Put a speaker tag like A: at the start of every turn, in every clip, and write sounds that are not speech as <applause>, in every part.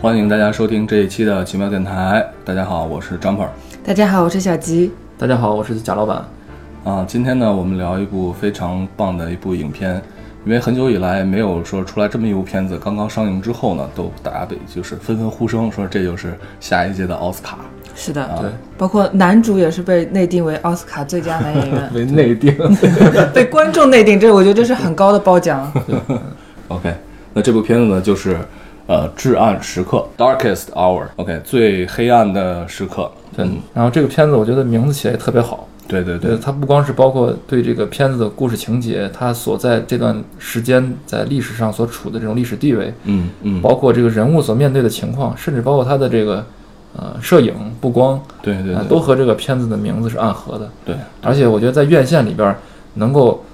A: 欢迎大家收听这一期的奇妙电台。大家好，我是张鹏。
B: 大家好，我是小吉。
C: 大家好，我是贾老板。
A: 啊，今天呢，我们聊一部非常棒的一部影片，因为很久以来没有说出来这么一部片子，刚刚上映之后呢，都大家被就是纷纷呼声说这就是下一届的奥斯卡。
B: 是的，
A: 啊
C: 对，
B: 包括男主也是被内定为奥斯卡最佳男演员，
C: 为内定。
B: 被观众内定，这我觉得这是很高的褒奖。
A: <laughs> OK，那这部片子呢，就是呃《至暗时刻》（Darkest Hour）。OK，最黑暗的时刻。嗯，
C: 然后这个片子，我觉得名字起得也特别好。
A: 对对
C: 对，
A: 对，
C: 它不光是包括对这个片子的故事情节，它所在这段时间在历史上所处的这种历史地位，
A: 嗯嗯，
C: 包括这个人物所面对的情况，甚至包括它的这个呃摄影、布光，
A: 对对
C: 啊
A: 对，
C: 都和这个片子的名字是暗合的。
A: 对，
C: 而且我觉得在院线里边儿能够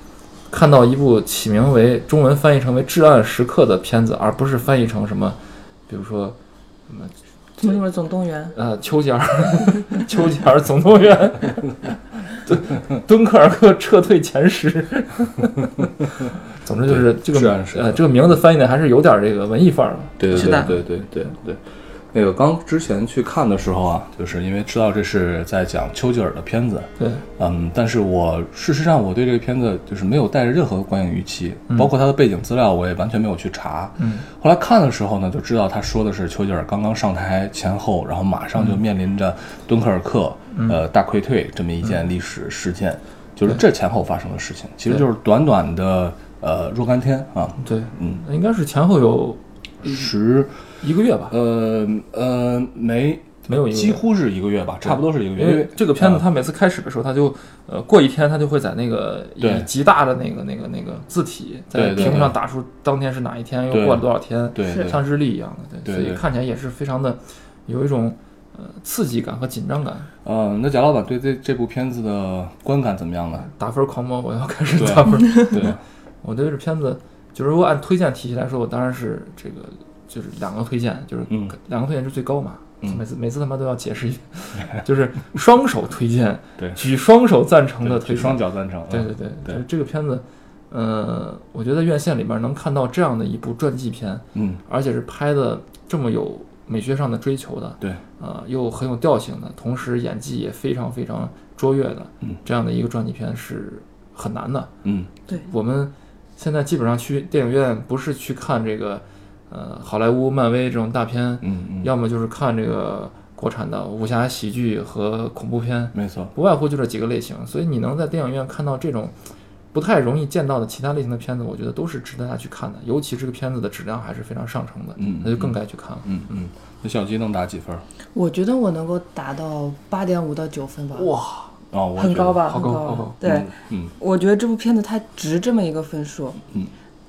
C: 看到一部起名为中文翻译成为《至暗时刻》的片子，而不是翻译成什么，比如说
B: 什么什么总动员，
C: 呃丘吉尔 <laughs> 丘吉尔总动员，敦敦刻尔克撤退前十。 <laughs> 总之就是这
A: 至
C: 个
A: 暗时刻
C: 呃这个名字翻译的还是有点这个文艺范儿的。
A: 对对
B: 是
A: 对
B: 的
A: 对对对对。那个刚之前去看的时候啊，就是因为知道这是在讲丘吉尔的片子，
C: 对，
A: 嗯，但是我事实上我对这个片子就是没有带着任何观影预期，包括它的背景资料我也完全没有去查。
C: 嗯，
A: 后来看的时候呢，就知道他说的是丘吉尔刚刚上台前后，然后马上就面临着敦刻尔克、呃大溃退这么一件历史事件，就是这前后发生的事情，其实就是短短的呃若干天啊，
C: 对，
A: 嗯，
C: 应该是前后有
A: 十
C: 一个月吧，
A: 呃呃没
C: 没有一个月
A: 几乎是一个月吧，差不多是一个月，
C: 因
A: 因
C: 为
A: 为
C: 这个片子，
A: 呃
C: 它每次开始的时候，它就呃过一天，它就会在那个以
A: 对
C: 极大的那个那个那个字体在
A: 对对
C: 屏幕
A: 对
C: 上打出当天是哪一天，
A: 对
C: 又过了多少天，
A: 对对
C: 像日历一样的，
A: 对
C: 所以
A: 对
C: 看起来也是非常的有一种呃刺激感和紧张感。
A: 呃，那贾老板对这这部片子的观感怎么
B: <laughs>
A: 样呢？
C: 打分狂魔，我要开始
A: 对
C: 打分。
A: 对，
C: 我对这片子，就是如果按推荐体系来说，我当然是这个就是两个推荐，就是
A: 嗯
C: 两个推荐是最高嘛。
A: 嗯
C: 每次每次他妈都要解释一遍，就是双手推荐，
A: 对
C: 举双手赞成的
A: 对
C: 推荐，
A: 双脚赞成，
C: 对
A: 嗯
C: 对对，
A: 对
C: 就是这个片子，呃，我觉得院线里边能看到这样的一部传记片，
A: 嗯，
C: 而且是拍的这么有美学上的追求的，
A: 对，
C: 呃，又很有调性的，同时演技也非常非常卓越的，
A: 嗯
C: 这样的一个传记片是很难的。
A: 嗯，
B: 对，
C: 我们现在基本上去电影院不是去看这个，呃，好莱坞、漫威这种大片，
A: 嗯嗯，
C: 要么就是看这个国产的武侠喜剧和恐怖片，
A: 没错，
C: 不外乎就这几个类型，所以你能在电影院看到这种不太容易见到的其他类型的片子，我觉得都是值得大家去看的。尤其这个片子的质量还是非常上乘的，
A: 嗯
C: 那就更该去看了。
A: 嗯嗯，那小鸡能打几分？
B: 我觉得我能够达到八点五到九分吧，
C: 哇，
A: 哦，我
B: 很
A: 觉得
B: 高？吧，
C: 好
B: 很
C: 高
B: 吧
C: 好高
B: 对，
A: 嗯嗯
B: 我觉得这部片子它值这么一个分数。
A: 嗯，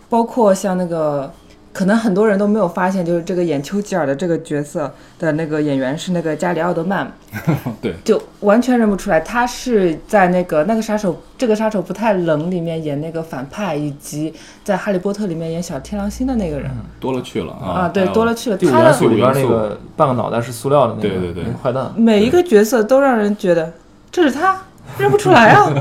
B: 包括像那个，可能很多人都没有发现，就是这个演丘吉尔的这个角色的那个演员是那个加里奥德曼，
A: 嗯 <laughs> 对，
B: 就完全认不出来，他是在那个那个杀手，这个杀手不太冷里面演那个反派，以及在哈利波特里面演小天狼星的那个人、
A: 多了去了啊
B: 啊，对，多了去了。
C: 第五
B: 他
C: 元
B: 的
C: 素里边那个半个脑袋是塑料的那个，
A: 对对对
C: 那个坏蛋，
B: 每一个角色都让人觉得这是他，认不出来啊。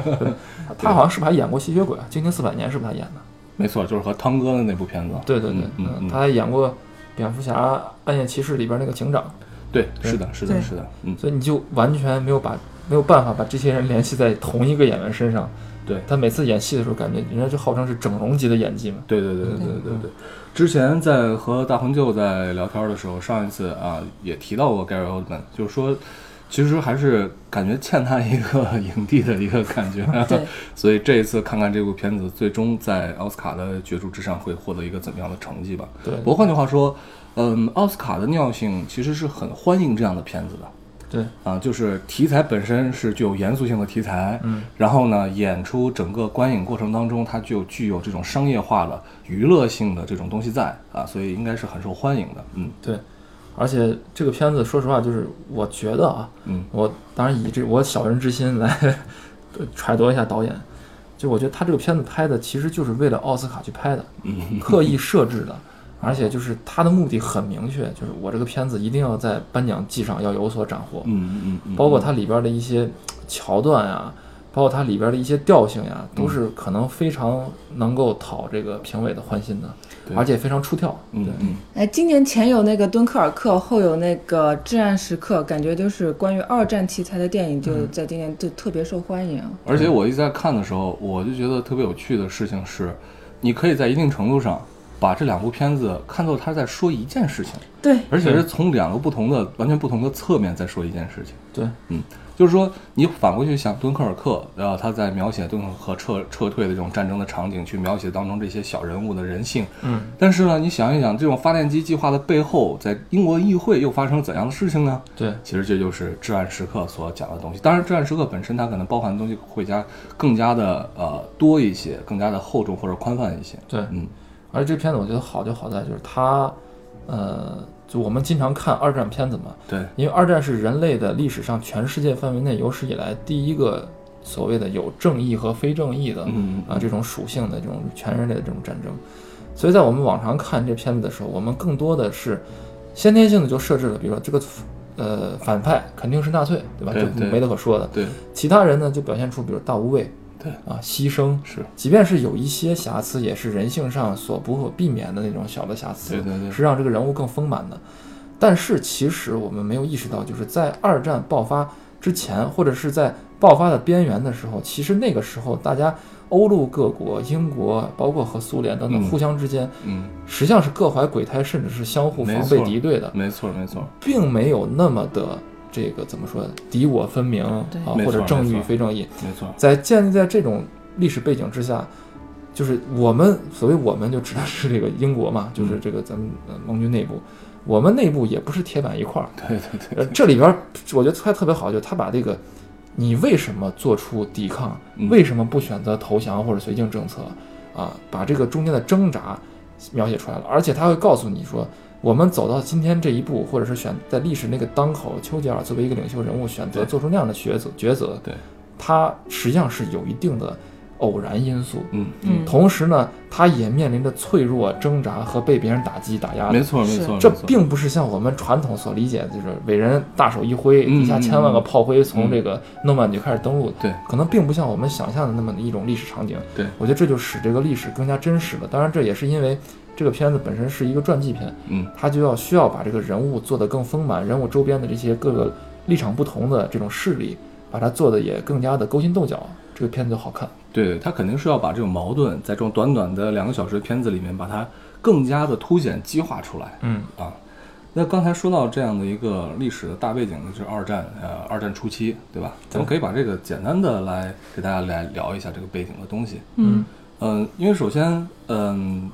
C: 他好像是不是还演过吸血鬼啊？《惊天四百年》是不是他演的？
A: 没错，就是和汤哥的那部片子，
C: 对对对，
A: 嗯嗯嗯
C: 他还演过。蝙蝠侠、暗夜骑士里边那个警长，
A: 对，是的，是的，
B: 对
A: 是的，嗯，
C: 所以你就完全没有把没有办法把这些人联系在同一个演员身上。
A: 对，
C: 他每次演戏的时候，感觉人家就号称是整容级的演技嘛。
A: 对对对对对对对。之前在和大红舅在聊天的时候，上一次啊也提到过 Gary Oldman，就是说，其实还是感觉欠他一个 <laughs> 影帝的一个感觉。啊
B: 对，
A: 所以这一次看看这部片子最终在奥斯卡的角逐之上会获得一个怎么样的成绩吧。
C: 对
A: 不过换句话说，嗯，奥斯卡的尿性其实是很欢迎这样的片子的。
C: 对，
A: 啊，就是题材本身是具有严肃性的题材，
C: 嗯，
A: 然后呢，演出整个观影过程当中，它就具有这种商业化的、娱乐性的这种东西在啊，所以应该是很受欢迎的，嗯
C: 对，而且这个片子，说实话，就是我觉得啊，
A: 嗯
C: 我当然以这我小人之心来呃揣度一下导演，就我觉得他这个片子拍的其实就是为了奥斯卡去拍
A: <laughs>
C: 的，
A: 嗯，
C: 刻意设置的，而且就是他的目的很明确，就是我这个片子一定要在颁奖季上要有所斩获，
A: 嗯嗯嗯，
C: 包括它里边的一些桥段啊，包括它里边的一些调性呀，都是
A: 嗯
C: 可能非常能够讨这个评委的欢心的，
A: 对
C: 而且非常出挑。
A: 嗯
C: 对，
A: 嗯，
B: 哎，今年前有那个《敦刻尔克》，后有那个《至暗时刻》，感觉就是关于二战题材的电影，就在今年就特别受欢迎。
A: 而且我一直在看的时候，我就觉得特别有趣的事情是，你可以在一定程度上把这两部片子看作他在说一件事情，
B: 对，
A: 而且是从两个不同的、完全不同的侧面在说一件事情。
C: 对，
A: 嗯，就是说你反过去想敦刻尔克，然后他在描写敦刻尔克撤撤退的这种战争的场景，去描写当中这些小人物的人性。
C: 嗯，
A: 但是呢，你想一想，这种发电机计划的背后，在英国议会又发生了怎样的事情呢？
C: 对，
A: 其实这就是《至暗时刻》所讲的东西。当然，《至暗时刻》本身它可能包含的东西会加更加的呃多一些，更加的厚重或者宽泛一些。
C: 对，
A: 嗯
C: 而这片子我觉得好就好在就是它，呃，就我们经常看二战片子嘛，
A: 对，
C: 因为二战是人类的历史上全世界范围内有史以来第一个所谓的有正义和非正义的
A: 嗯
C: 啊这种属性的这种全人类的这种战争，所以在我们往常看这片子的时候，我们更多的是先天性的就设置了，比如说这个呃反派肯定是纳粹，对吧？
A: 对
C: 这
A: 对
C: 没得可说的。
A: 对
C: 其他人呢就表现出比如大无畏，
A: 对
C: 啊牺牲，
A: 是，
C: 即便是有一些瑕疵，也是人性上所不可避免的那种小的瑕疵，
A: 对对对
C: 是让这个人物更丰满的。但是其实我们没有意识到，就是在二战爆发之前，或者是在爆发的边缘的时候，其实那个时候大家欧陆各国、英国，包括和苏联等等，
A: 嗯
C: 互相之间
A: 嗯，
C: 实际上是各怀鬼胎，甚至是相互
A: 没
C: 防
A: 错
C: 备敌对的，
A: 没错没错，
C: 并没有那么的这个怎么说敌我分明啊
B: 对，
A: 没
C: 或者
A: 错
C: 正
A: 没
C: 义
A: 错
C: 非正义。
A: 没错。
C: 在建立在这种历史背景之下，就是我们所谓我们就指的是这个英国嘛，就是这个咱们呃盟军内部，我们内部也不是铁板一块儿。
A: 对对对，
C: 呃，这里边儿我觉得他特别好，就是他把这个你为什么做出抵抗，
A: 嗯
C: 为什么不选择投降或者绥靖政策啊，把这个中间的挣扎描写出来了，而且他会告诉你说。我们走到今天这一步，或者是选在历史那个当口，丘吉尔作为一个领袖人物选择
A: 对
C: 做出那样的抉择，抉择，
A: 对，
C: 它实际上是有一定的偶然因素，
A: 嗯
B: 嗯
C: 同时呢，它也面临着脆弱、挣扎和被别人打击、打压
A: 没
C: 的。
A: 错没
B: 是
A: 错，
C: 这
A: 没错
C: 并不是像我们传统所理解的，就是伟人大手一挥，
A: 嗯
C: 底下千万个炮灰从
A: 嗯
C: 这个诺曼底开始登陆，
A: 对
C: 可能并不像我们想象的那么一种历史场景。
A: 对
C: 我觉得这就使这个历史更加真实了。当然，这也是因为这个片子本身是一个传记片，
A: 嗯
C: 他就要需要把这个人物做得更丰满，人物周边的这些各个立场不同的这种势力，把它做得也更加的勾心斗角，这个片子就好看。
A: 对，他肯定是要把这种矛盾在这种短短的两个小时的片子里面，把它更加的凸显、激化出来
C: 嗯
A: 啊。那刚才说到这样的一个历史的大背景，就是二战，呃，二战初期，对吧？咱们可以把这个简单的来给大家来聊一下这个背景的东西。
B: 嗯
A: 嗯，因为首先，嗯，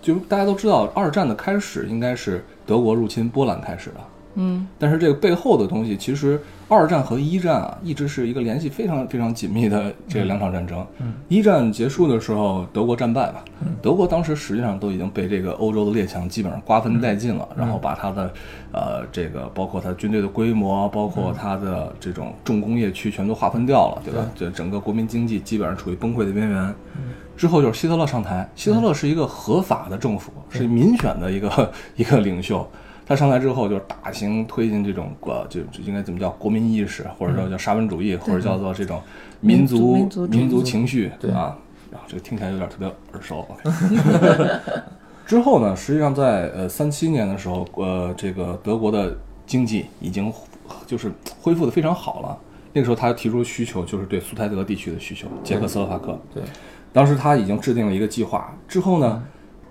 A: 就大家都知道，二战的开始应该是德国入侵波兰开始的，
B: 嗯，
A: 但是这个背后的东西，其实二战和一战啊，一直是一个联系非常非常紧密的这两场战争。
C: 嗯
A: 一战结束的时候，德国战败嘛，德国当时实际上都已经被这个欧洲的列强基本上瓜分殆尽了，然后把它的呃这个包括它军队的规模，包括它的这种重工业区全都划分掉了，对吧？这整个国民经济基本上处于崩溃的边缘。之后就是希特勒上台，希特勒是一个合法的政府，是民选的一个一个领袖。他上台之后，就是大型推进这种呃，就就应该怎么叫国民意识，或者说叫沙文主义，或者叫做这种民族
B: 民族
A: 民族情绪
C: 对
A: 啊。然后这个听起来有点特别耳熟。OK 之后呢，实际上在呃三七年的时候，呃，这个德国的经济已经就是恢复的非常好了。那个时候，他提出需求就是对苏台德地区的需求，捷克斯洛伐克。
C: 对，
A: 当时他已经制定了一个计划，之后
C: 嗯
A: 呢，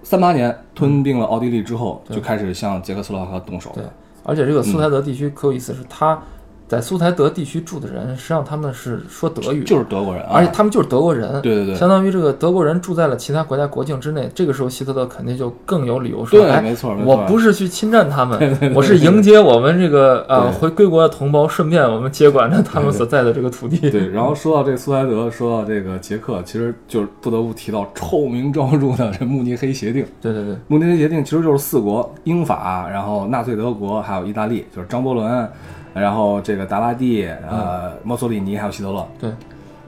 A: 三八年吞并了奥地利之后，就开始向捷克斯洛伐克动手
C: 对。而且这个苏
A: 嗯
C: 台德地区可有意思是，他在苏台德地区住的人，实际上他们是说德语，
A: 就是德国人啊，
C: 而且他们就是德国人，
A: 对对对
C: 相当于这个德国人住在了其他国家国境之内。这个时候，希特勒肯定就更有理由说，
A: 对
C: 哎，
A: 没错没错
C: 我不是去侵占
A: <laughs>
C: 他们，我是迎接我们这个呃
A: 对
C: 回归国的同胞，顺便我们接管着他们所在的这个土地。
A: 对，然后说到这苏莱德，说到这个捷克，其实就是不得不提到臭名昭著的这慕尼黑协定。 <laughs>
C: 对对对
A: 慕尼黑协定其实就是四国：英法，然后纳粹德国，还有意大利，就是张伯伦，
C: 嗯
A: 然后这个达拉蒂，呃，墨索里尼，还有希特勒。
C: 对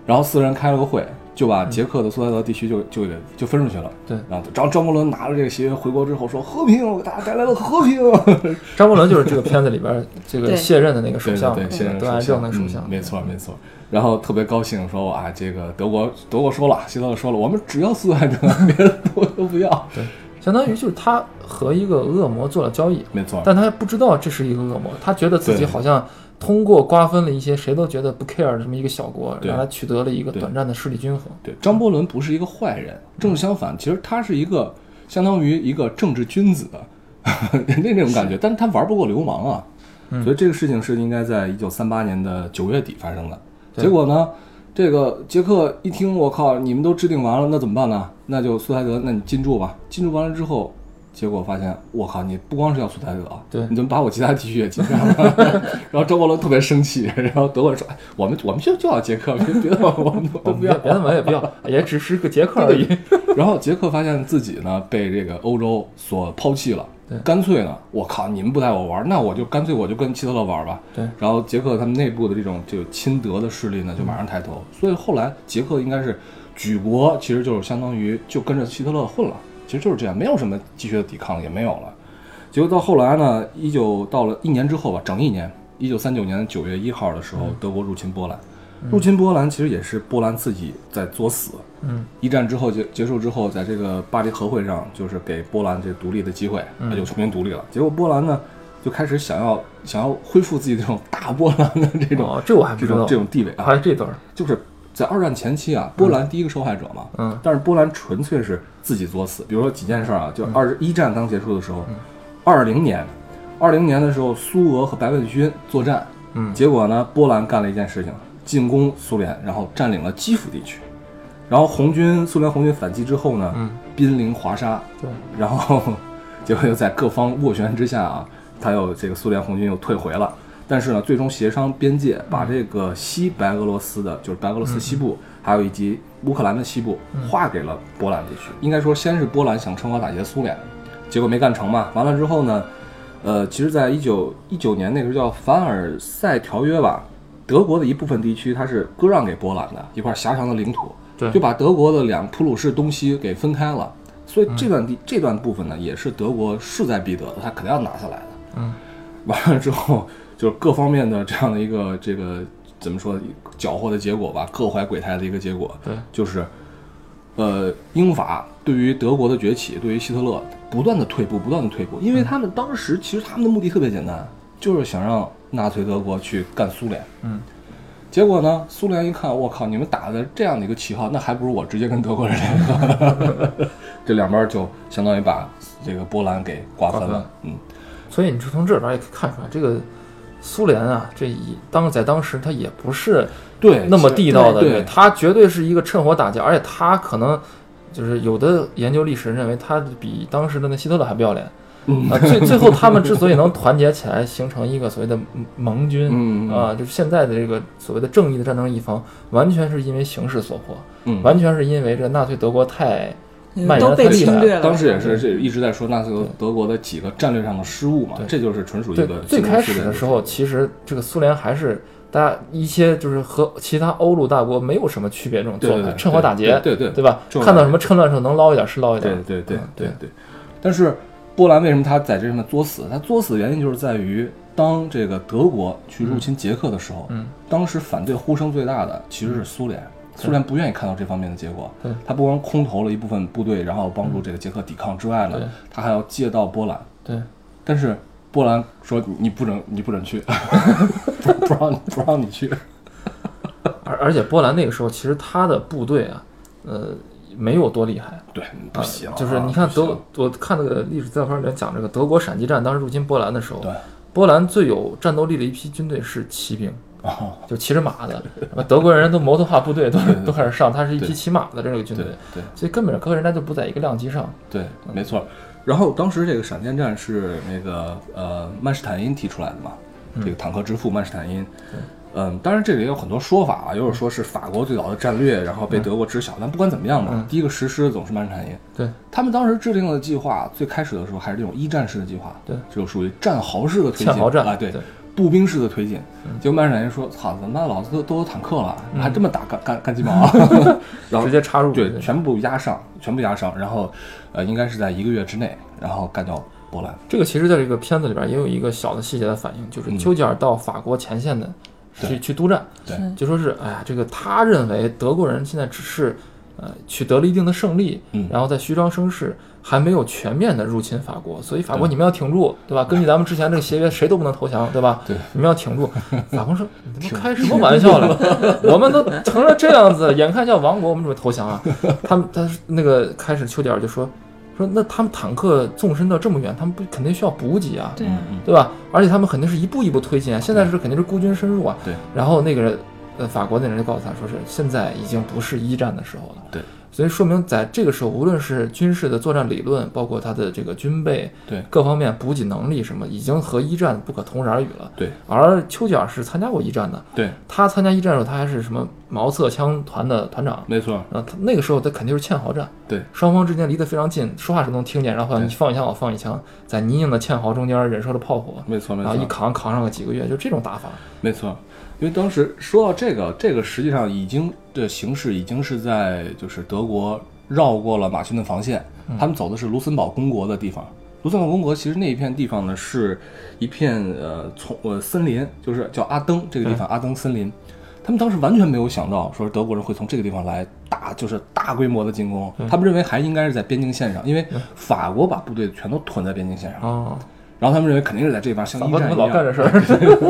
A: 然后四人开了个会，就把捷克的苏塞德地区就就给就分出去了。
C: 对
A: 然后张张伯伦拿着这个协约回国之后说和平，给大家带来了和
C: <laughs>
A: 平。
C: 张伯伦就是这个片子里边儿这个
B: 对
C: 卸任的那个首
A: 对
C: 相，
A: 对对，现在
C: 对，
A: 首
C: 癌症
A: 相
C: 那个首相，
A: 嗯没错没错。然后特别高兴说啊，这个德国德国说了，希特勒说了，我们只要苏塞德，别的都都不要。
C: 对，相当于就是他和一个恶魔做了交易，
A: 没错，
C: 但他不知道这是一个恶魔，他觉得自己
A: 对
C: 好像通过瓜分了一些谁都觉得不 care 的这么一个小国，
A: 对
C: 让他取得了一个
A: 对
C: 短暂的势力均衡。
A: 对，张伯伦不是一个坏人，正相反，其实他是一个相当于一个政治君子， <laughs> 那那种感觉。但是他玩不过流氓啊，
C: 嗯
A: 所以这个事情是应该在一九三八年的九月底发生的。
C: 对
A: 结果呢，这个捷克一听，我靠，你们都制定完了，那怎么办呢？那就苏台德，那你进驻吧。进驻完了之后。结果发现，我靠！你不光是要苏台德啊，
C: 对
A: 你怎么把我其他地区也侵占了？ <laughs> 然后张伯伦特别生气，然后德国人说：“哎，我们我们就就要捷克，别别的我们都都
C: 我们
A: 不要
C: 别。”别的门也
A: <laughs>
C: 不要，也只是个捷克而已。
A: 然后杰克发现自己呢被这个欧洲所抛弃了
C: 对，
A: 干脆呢，我靠，你们不带我玩，那我就干脆我就跟希特勒玩吧。
C: 对，
A: 然后捷克他们内部的这种就亲德的势力呢，就马
C: 嗯
A: 上抬头，所以后来捷克应该是举国，其实就是相当于就跟着希特勒混了，其实就是这样，没有什么继续的抵抗也没有了。结果到后来呢，一九到了一年之后吧，整一年，一九三九年九月一号的时
C: 嗯
A: 候，德国入侵波兰，入侵波兰其实也是波兰自己在作死。
C: 嗯，
A: 一战之后结结束之后，在这个巴黎和会上，就是给波兰这独立的机会，
C: 嗯
A: 那就重新独立了。结果波兰呢，就开始想要想要恢复自己这种大波兰的这种、
C: 哦，这我还不
A: 这
C: 知道
A: 种，这种地位啊，
C: 还有这段儿，
A: 就是在二战前期啊，波兰第一个受害者嘛，
C: 嗯
A: 但是波兰纯粹是自己作死。比如说几件事儿啊，
C: 嗯
A: 就二一战刚结束的时候，二零、年，二零年的时候，苏俄和白卫军作战，
C: 嗯
A: 结果呢，波兰干了一件事情，进攻苏联，然后占领了基辅地区，然后红军苏联红军反击之后呢，
C: 嗯
A: 濒临华沙，
C: 对，
A: 然后结果又在各方斡旋之下啊，他又这个苏联红军又退回了。但是呢，最终协商边界，
C: 嗯
A: 把这个西白俄罗斯的，就是白俄罗斯西部，
C: 嗯
A: 还有以及乌克兰的西部，划给了波兰地区。应该说，先是波兰想趁火打劫苏联，结果没干成嘛。完了之后呢，呃，其实，在一九一九年那个时候叫凡尔赛条约吧，德国的一部分地区它是割让给波兰的一块狭长的领土，
C: 对
A: 就把德国的两普鲁士东西给分开了。所以这段地、这段部分呢，也是德国势在必得的，他肯定要拿下来的。
C: 嗯，
A: <laughs> 完了之后，就是各方面的这样的一个这个怎么说搅和的结果吧，各怀鬼胎的一个结果。
C: 对，
A: 就是呃，英法对于德国的崛起，对于希特勒不断的退步，不断的退步，因
C: 嗯
A: 为他们当时其实他们的目的特别简单，就是想让纳粹德国去干苏联。
C: 嗯，
A: 结果呢，苏联一看，我靠，你们打的这样的一个旗号，那还不如我直接跟德国人联合。 <laughs> 这两边儿就相当于把这个波兰给瓜分
C: 瓜分
A: 了。嗯，
C: 所以你就从这里边儿也可以看出来，这个苏联啊，这一当在当时它也不是
A: 对，
C: 那么
A: 其实
C: 地道的，
A: 对
C: 对，他绝对是一个趁火打劫，而且他可能就是有的研究历史认为他比当时的那希特勒还不要脸。
A: 嗯
C: 啊，最最后他们之所以能团结起来，形成一个所谓的盟军，
A: 嗯嗯嗯
C: 啊，就是现在的这个所谓的正义的战争一方，完全是因为形势所迫，
A: 嗯，
C: 完全是因为这纳粹德国太蔓
B: 嗯
C: 延
B: 都
C: 得
B: 被
C: 太厉
B: 侵
C: 害
B: 略了。
A: 当时也是这一直在说纳粹德德国的几个战略上的失误嘛
C: 对，
A: 这就是纯属一
C: 对
A: 个，
C: 最
A: 金
C: 开
A: 融事
C: 始
A: 件
C: 的时候，其实这个苏联还是大家一些就是和其他欧陆大国没有什么区别，这种
A: 对
C: 做
A: 对
C: 法
A: 对
C: 趁火打劫，
A: 对对
C: 对吧？
A: 趁火打劫
C: 看到什么趁乱的时候能捞一点是捞一点
A: 对，对对
C: 嗯
A: 对对。但是波兰为什么他在这上面作死？他作死的原因就是在于，当这个德国去入侵捷克的时候，
C: 嗯
A: 当时反对呼声最大的其实是苏联。苏联不愿意看到这方面的结果
C: 对，嗯
A: 他不光空投了一部分部队，然后帮助这个捷克抵抗之外呢
C: 对，
A: 他还要借道波兰。
C: 对
A: 但是波兰说你你不准你不准去， <laughs> 不不让不让你去。
C: 而而且波兰那个时候其实他的部队啊，呃，没有多厉害，
A: 对，不行啊、
C: 就是你看
A: 不行
C: 德，我看那个历史资料片里面讲这个德国闪击战，当时入侵波兰的时候，
A: 对
C: 波兰最有战斗力的一批军队是骑兵，
A: 哦，
C: 就骑着马的，那德国人都摩托化部队都都开始上，他是一批
A: 对
C: 骑马的这个军
A: 对
C: 队，
A: 对。
C: 所以根本和人家就不在一个量级上。
A: 对，没错。然后当时这个闪电战是那个呃曼施坦因提出来的嘛，这个坦克之父曼施坦因。嗯，当然这里有很多说法啊，有人说是法国最早的战略，然后被德国知晓。但不管怎么样嘛，第一个实施的总是曼施坦因。
C: 对，
A: 他们当时制定的计划，最开始的时候还是这种一战式的计划，
C: 对
A: 这种属于战壕式的推进，
C: 堑壕战
A: 啊，对
C: 对
A: 步兵式的推进。
C: 嗯
A: 结果漫山人说：“操，怎么老子都都有坦克了，还这么打干干干鸡毛啊？”
C: <laughs>
A: 然后
C: 直接插入
A: 对，全部压上，全部压上，然后呃，应该是在一个月之内，然后干掉波兰。
C: 这个其实在这个片子里边也有一个小的细节的反映，就是
A: 嗯
C: 丘吉尔到法国前线的去、
A: 对
C: 去督战，
A: 对
B: 是
C: 就说是哎呀，这个他认为德国人现在只是呃取得了一定的胜利，
A: 嗯
C: 然后在虚张声势，还没有全面的入侵法国，所以法国
A: 对
C: 你们要挺住，对吧？根据咱们之前这个协约，谁都不能投降，对吧？
A: 对，
C: 你们要挺 <laughs> 住。法国说你他妈开什么玩笑了？ <laughs> 我们都成了这样子，眼看就要亡国，我们怎么投 <laughs> 降啊？他们他那个开始丘吉尔就说说那他们坦克纵深到这么远，他们不肯定需要补给啊，
B: 对
A: 嗯
B: 啊，
A: 嗯，
C: 对吧？而且他们肯定是一步一步推进啊，现在是肯定是孤军深入啊。
A: 对。
C: 然后那个人，呃，法国那人就告诉他说是现在已经不是一战的时候了。
A: 对。
C: 所以说明在这个时候，无论是军事的作战理论，包括他的这个军备，
A: 对
C: 各方面补给能力什么，已经和一战不可同日而语了。
A: 对。
C: 而丘吉尔是参加过一战的，
A: 对，
C: 他参加一战的时候，他还是什么毛瑟枪团的团长。
A: 没错，
C: 呃，他那个时候他肯定是堑壕战，
A: 对，
C: 双方之间离得非常近，说话是能听见，然后
A: 对
C: 你放一枪我放一枪，在泥泞的堑壕中间忍受着炮火，
A: 没错，没
C: 然后一
A: 错，
C: 扛扛上个几个月，就这种打法。
A: 没错。因为当时说到这个，这个实际上已经的形势已经是在就是德国绕过了马其顿防线，
C: 嗯
A: 他们走的是卢森堡公国的地方。卢森堡公国其实那一片地方呢，是一片呃从呃森林，就是叫阿登这个地方，阿登森林。他们当时完全没有想到，说德国人会从这个地方来大，就是大规模的进攻。他们认为还应该是在边境线上，因为法国把部队全都囤在边境线上，
C: 哦，
A: 然后他们认为肯定是在这地方像
C: 法
A: 一
C: 国
A: 战
C: 怎
A: 一
C: 么
A: 样。
C: 老干这事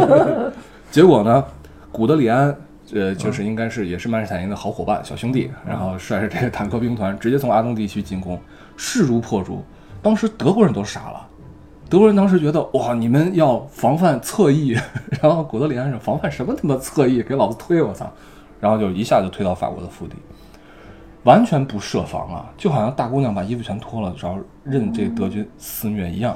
C: 儿？
A: 结果呢，古德里安，呃，就是应该是也是曼施坦因的好伙伴、小兄弟，然后率着这个坦克兵团直接从阿登地区进攻，势如破竹。当时德国人都傻了，德国人当时觉得哇，你们要防范侧翼， <laughs> 然后古德里安说防范什么他妈侧翼，给老子推我操，然后就一下就推到法国的腹地。完全不设防啊，就好像大姑娘把衣服全脱了，然后任这德军肆虐一样，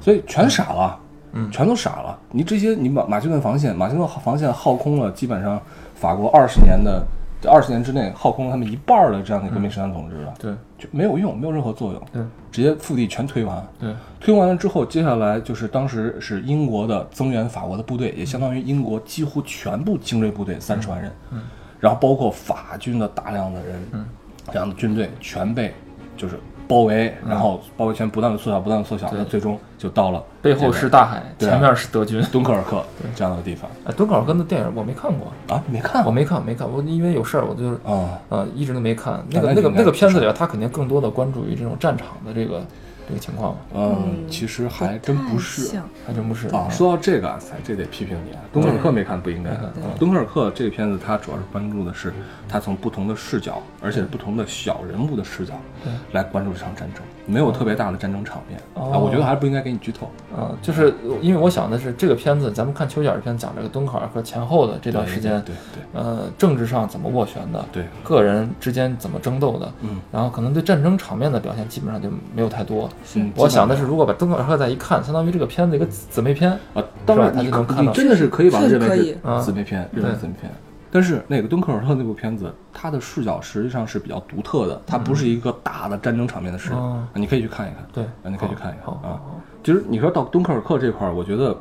A: 所以全傻了，
C: 嗯
A: 全都傻了。你这些，你马马其顿防线，马其顿防线耗空了，基本上法国二十年的这二十年之内耗空了他们一半儿的这样的一个革命生产总值了，
C: 对
A: 就没有用，没有任何作用，
C: 对
A: 直接腹地全推完。
C: 对，
A: 推完了之后，接下来就是当时是英国的增援法国的部队，也相当于英国几乎全部精锐部队三十万人，嗯，然后包括法军的大量的人，嗯，大量的军队全被就是包围，然后包围圈不断的缩小，不断的缩小，那最终就到了
C: 背后是大海，
A: 对啊
C: 前面是德军。
A: 敦刻尔克这样的地方
C: 哎，敦刻尔克的电影我没看过，
A: 啊，你没看
C: 我
A: 过
C: 没看，没看，我因为有事儿，我就是
A: 啊？
C: 呃一直都没看。那个
A: 那
C: 那
A: 你
C: 个
A: 应该
C: 那个片子里啊边，他肯定更多的关注于这种战场的这个这个情况嘛，
A: 嗯，其实还真不是
B: 太像
C: 还真不是
A: 啊。说到这个啊，才这得批评你啊，
C: 嗯
A: 敦刻尔克没看不应该。敦刻尔克这个片子，它主要是关注的是它从不同的视角，而且是不同的小人物的视角
C: 对
A: 来关注这场战争，没有特别大的战争场面
C: 嗯哦
A: 啊。我觉得还是不应该给你剧透。
C: 嗯，就是因为我想的是这个片子，咱们看丘吉尔片讲这个敦刻尔克前后的这
A: 这
C: 段时间，
A: 对对
C: 呃，政治上怎么斡旋的，
A: 对，
C: 个人之间怎么争斗的，
A: 嗯
C: 然后可能对战争场面的表现基本上就没有太多。
A: 嗯，
C: 我想的是，如果把《敦刻尔克》再一看，相当于这个片子一个姊姊妹篇，
A: 啊，当然
C: 他
A: 你
C: 就能
A: 可
C: 看
A: 你
C: 到
A: 真的是可以把它
B: 是
A: 认
B: 可
A: 为
B: 以
C: 啊
A: 是姊妹篇，认为
C: 对
A: 姊妹篇。但是那个敦刻尔克那部片子，它的视角实际上是比较独特的，它不是一个大的战争场面的视角，
C: 嗯哦
A: 啊你可以去看一看。
C: 对
A: 啊，你可以去看一看
C: 好好
A: 啊
C: 好。
A: 其实你说到敦刻尔克这块儿，我觉得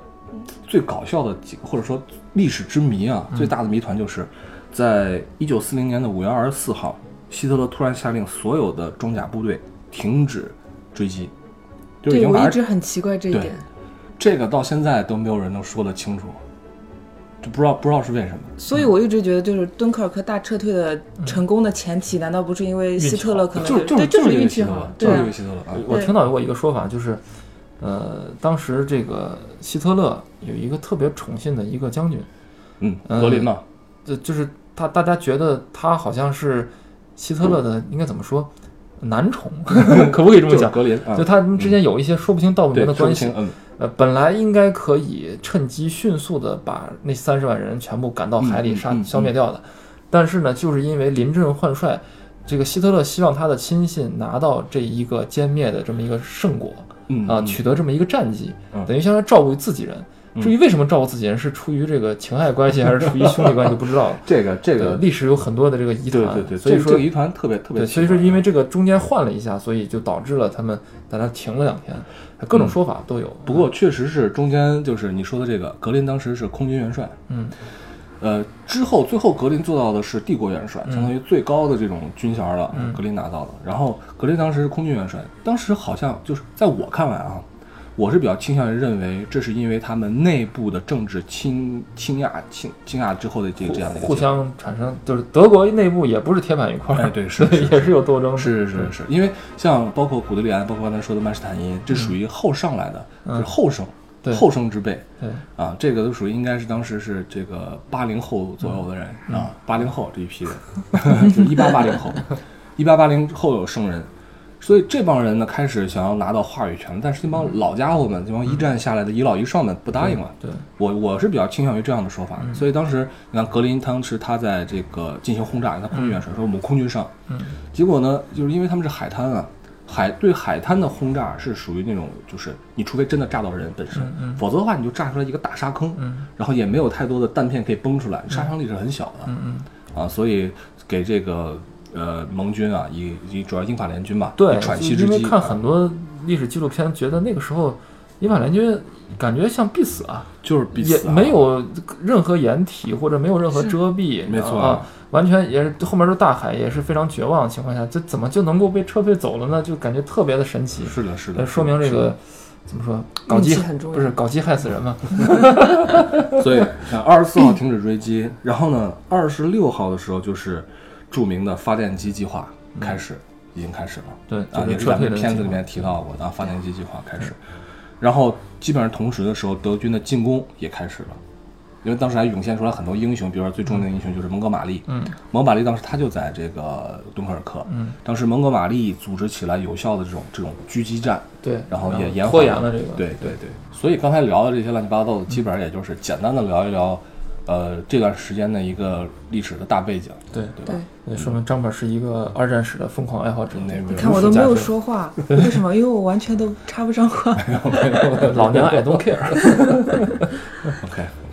A: 最搞笑的几个，或者说历史之谜啊，
B: 嗯
A: 最大的谜团就是，在一九四零年的五月二十四号，希特勒突然下令所有的装甲部队停止追击，就是
B: 对
A: 已经把
B: 我一
A: 人
B: 直很奇怪这一
A: 对
B: 点，
A: 这个到现在都没有人能说得清楚，就不知道不知道是为什么。
B: 所以我一直觉得就是敦刻尔克大撤退的
A: 嗯
B: 成功的前提，难道不是因为希特勒可能
A: 就是
B: 对，
A: 是就
B: 就是
A: 因
B: 运
A: 为
B: 气
A: 希特
B: 好
A: 勒，，
B: 对
A: 就是
B: 啊
A: 因为希特勒啊，
C: 我
B: 对
C: 听到过一个说法，就是，呃，当时这个希特勒有一个特别宠信的一个将军，
A: 嗯，
C: 嗯
A: 格林嘛，
C: 这就是他，大家觉得他好像是希特勒的，应该怎么说，男宠， <laughs>
A: 嗯
C: 可不可以这么
A: 就是
C: 讲？
A: 格林啊
C: <laughs> 就，他们之间有一些说不清道不
A: 对
C: 明的，
A: 说不
C: 关系
A: 清，，嗯，
C: 呃，本来应该可以趁机迅速的把那三十万人全部赶到海里
A: 嗯
C: 杀、
A: 嗯嗯
C: 消灭掉的，但是呢，就是因为临阵换帅，这个希特勒希望他的亲信拿到这一个歼灭的这么一个胜果，
A: 嗯
C: 啊，
A: 嗯
C: 取得这么一个战绩，
A: 嗯
C: 等于相当于照顾自己人。至于为什么照顾自己人，是出于这个情爱关系还是出于兄弟关系，就不知
A: <laughs>
C: 道了。
A: 这个这
C: 对
A: 个，
C: 历史有很多的这个遗
A: 对
C: 产，
A: 对对，
C: 所以
A: 这
C: 说
A: 这个疑团特别特别
C: 对，
A: 奇
C: 所
A: 怪，啊
C: 以说因为这个中间换了一下，所以就导致了他们在那停了两天，
A: 嗯
C: 各种说法都有。
A: 不过确实是中间就是你说的这个，格林当时是空军元帅，
C: 嗯，
A: 呃，之后最后格林做到的是帝国元帅，相当于最高的这种军衔了，呃
C: 嗯
A: 格林拿到了。然后格林当时是空军元帅，当时好像就是在我看来啊，我是比较倾向于认为这是因为他们内部的政治倾倾轧倾倾轧之后的这个这样的一个
C: 互
A: 结果。
C: 相产生就是德国内部也不是铁板一块儿，
A: 哎
C: <laughs>
A: 对 <laughs> 是是
C: 也是有斗争的，
A: 是是是是，因为像包括古德里安，包括刚才说的曼施坦因，这属于后上来的，就是后生，
C: 嗯对
A: 后生之辈，
C: 对，
A: 啊，这个都属于应该是当时是这个八零后左右的人、
C: 嗯
A: 啊，八零后这一批人， <laughs> 就是一八八零后，一八八零后有生人，所以这帮人呢开始想要拿到话语权，但是这帮老家伙们，这帮一战下来的遗老遗少们不答应了。
C: 嗯对，嗯
A: 我我是比较倾向于这样的说法的，所以当时你看格林当时他在这个进行轰炸，他空军元帅说我们空军上，
C: 嗯
A: 结果呢，就是因为他们是海滩啊，海对海滩的轰炸是属于那种，就是你除非真的炸到人本身，
C: 嗯嗯
A: 否则的话你就炸出来一个大沙坑，
C: 嗯
A: 然后也没有太多的弹片可以崩出来，杀伤力是很小的、
C: 嗯嗯，
A: 啊，所以给这个呃盟军啊，以以主要英法联军吧，
C: 对
A: 以，喘
C: 就
A: 息之
C: 因为
A: 机，啊
C: 看很多历史纪录片，觉得那个时候英法联军感觉像必死啊，
A: 就是彼
C: 也
A: 此、啊、
C: 没有任何掩体或者没有任何遮蔽，
A: 没错
C: 啊，完全也是后面都是大海，也是非常绝望的情况下，这怎么就能够被撤退走了呢？就感觉特别的神奇，
A: 嗯是的，是的，
C: 呃，说明这
A: 是的
C: 个怎么说，搞
B: 运
C: 基
B: 气很重要
C: 不是搞基害死人嘛？
A: <laughs> 所以呃二十四号停止追击，然后呢，二十六号的时候就是著名的发电机计划开始，
C: 嗯
A: 已经开始了。
C: 对
A: 啊，
C: 就
A: 也
C: 是
A: 是
C: 撤
A: 咱
C: 退
A: 们
C: 的
A: 片
C: 计
A: 子里
C: 划嗯
A: 面提到过的啊，发电机计划开始。然后基本上同时的时候，德军的进攻也开始了，因为当时还涌现出来很多英雄，比如说最著名的英雄就是蒙哥马利。
C: 嗯，
A: 蒙哥马利当时他就在这个敦刻尔克。
C: 嗯，
A: 当时蒙哥马利组织起来有效的这种这种狙击战，
C: 对，
A: 然后也延
C: 拖
A: 缓
C: 延了这个，
A: 对对对，所以刚才聊的这些乱七八糟的，基本上也就是简单的聊一聊，呃，这段时间的一个历史的大背景，
C: 对
A: 对吧
B: 对？，
C: 对，说明张本是一个二战史的疯狂爱好者，
A: 那
B: 你
A: 个
B: 看我都没有说话，为什么？因为我完全都插不上话。
C: <laughs> 老娘 I don't care。
A: <laughs> OK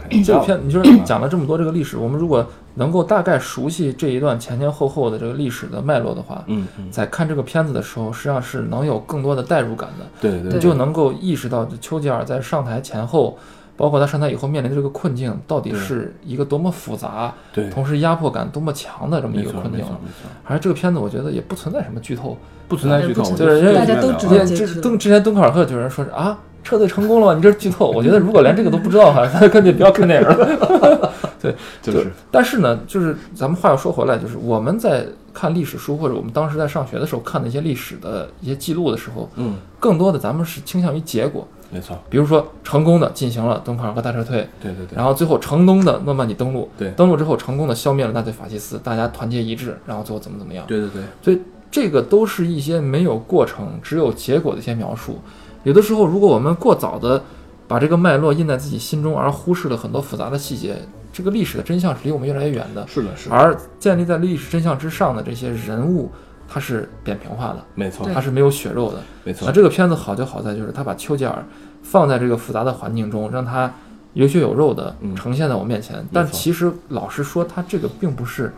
A: OK，
C: <clears throat> 这个片你就是
A: 嗯
C: 讲了这么多这个历史，我们如果能够大概熟悉这一段前前后后的这个历史的脉络的话，
A: 嗯嗯，
C: 在看这个片子的时候，实际上是能有更多的代入感的，
A: 对对
C: 你
B: 对
C: 就能够意识到丘吉尔在上台前后。包括他上台以后面临的这个困境，到底
A: 对
C: 是一个多么复杂，
A: 对，
C: 同时压迫感多么强的这么一
A: 没
C: 个
A: 错
C: 困
A: 没
C: 境
A: 错
C: 了。
A: 没错，
C: 而这个片子我觉得也不存在什么剧透，
A: 不存在剧透，我觉得
C: 对因
A: 随
C: 为
A: 便
C: 大
B: 家都
A: 聊
B: 知
C: 之
B: 道
A: 啊
C: 前
B: 截
C: 之
B: 止了
C: 敦之前敦刻尔克就有人说是啊，撤退成功了，你这是剧透。我觉得如果连这个都不知道的话，那根本就不要看电影了。对，
A: 就是
C: 但是呢，就是咱们话又说回来，就是我们在看历史书或者我们当时在上学的时候看的一些历史的一些记录的时候，
A: 嗯，
C: 更多的咱们是倾向于结果，
A: 没错，
C: 比如说成功的进行了敦刻尔克大撤退，
A: 对对对，
C: 然后最后成功的诺曼底登陆，
A: 对
C: 登陆之后成功的消灭了纳粹法西斯，大家团结一致，然后最后怎么怎么样。
A: 对对对，
C: 所以这个都是一些没有过程、只有结果的一些描述。有的时候，如果我们过早的把这个脉络印在自己心中，而忽视了很多复杂的细节，这个历史的真相是离我们越来越远的。
A: 是的是的，
C: 而建立在历史真相之上的这些人物，它是扁平化的，
A: 没错
C: 它是没有血肉的。
A: 没错
C: 那，这个片子好就好在就是它把丘吉尔放在这个复杂的环境中，让他有血有肉的
A: 嗯
C: 呈现在我面前。但
A: 没错
C: 其实老实说，他这个并不是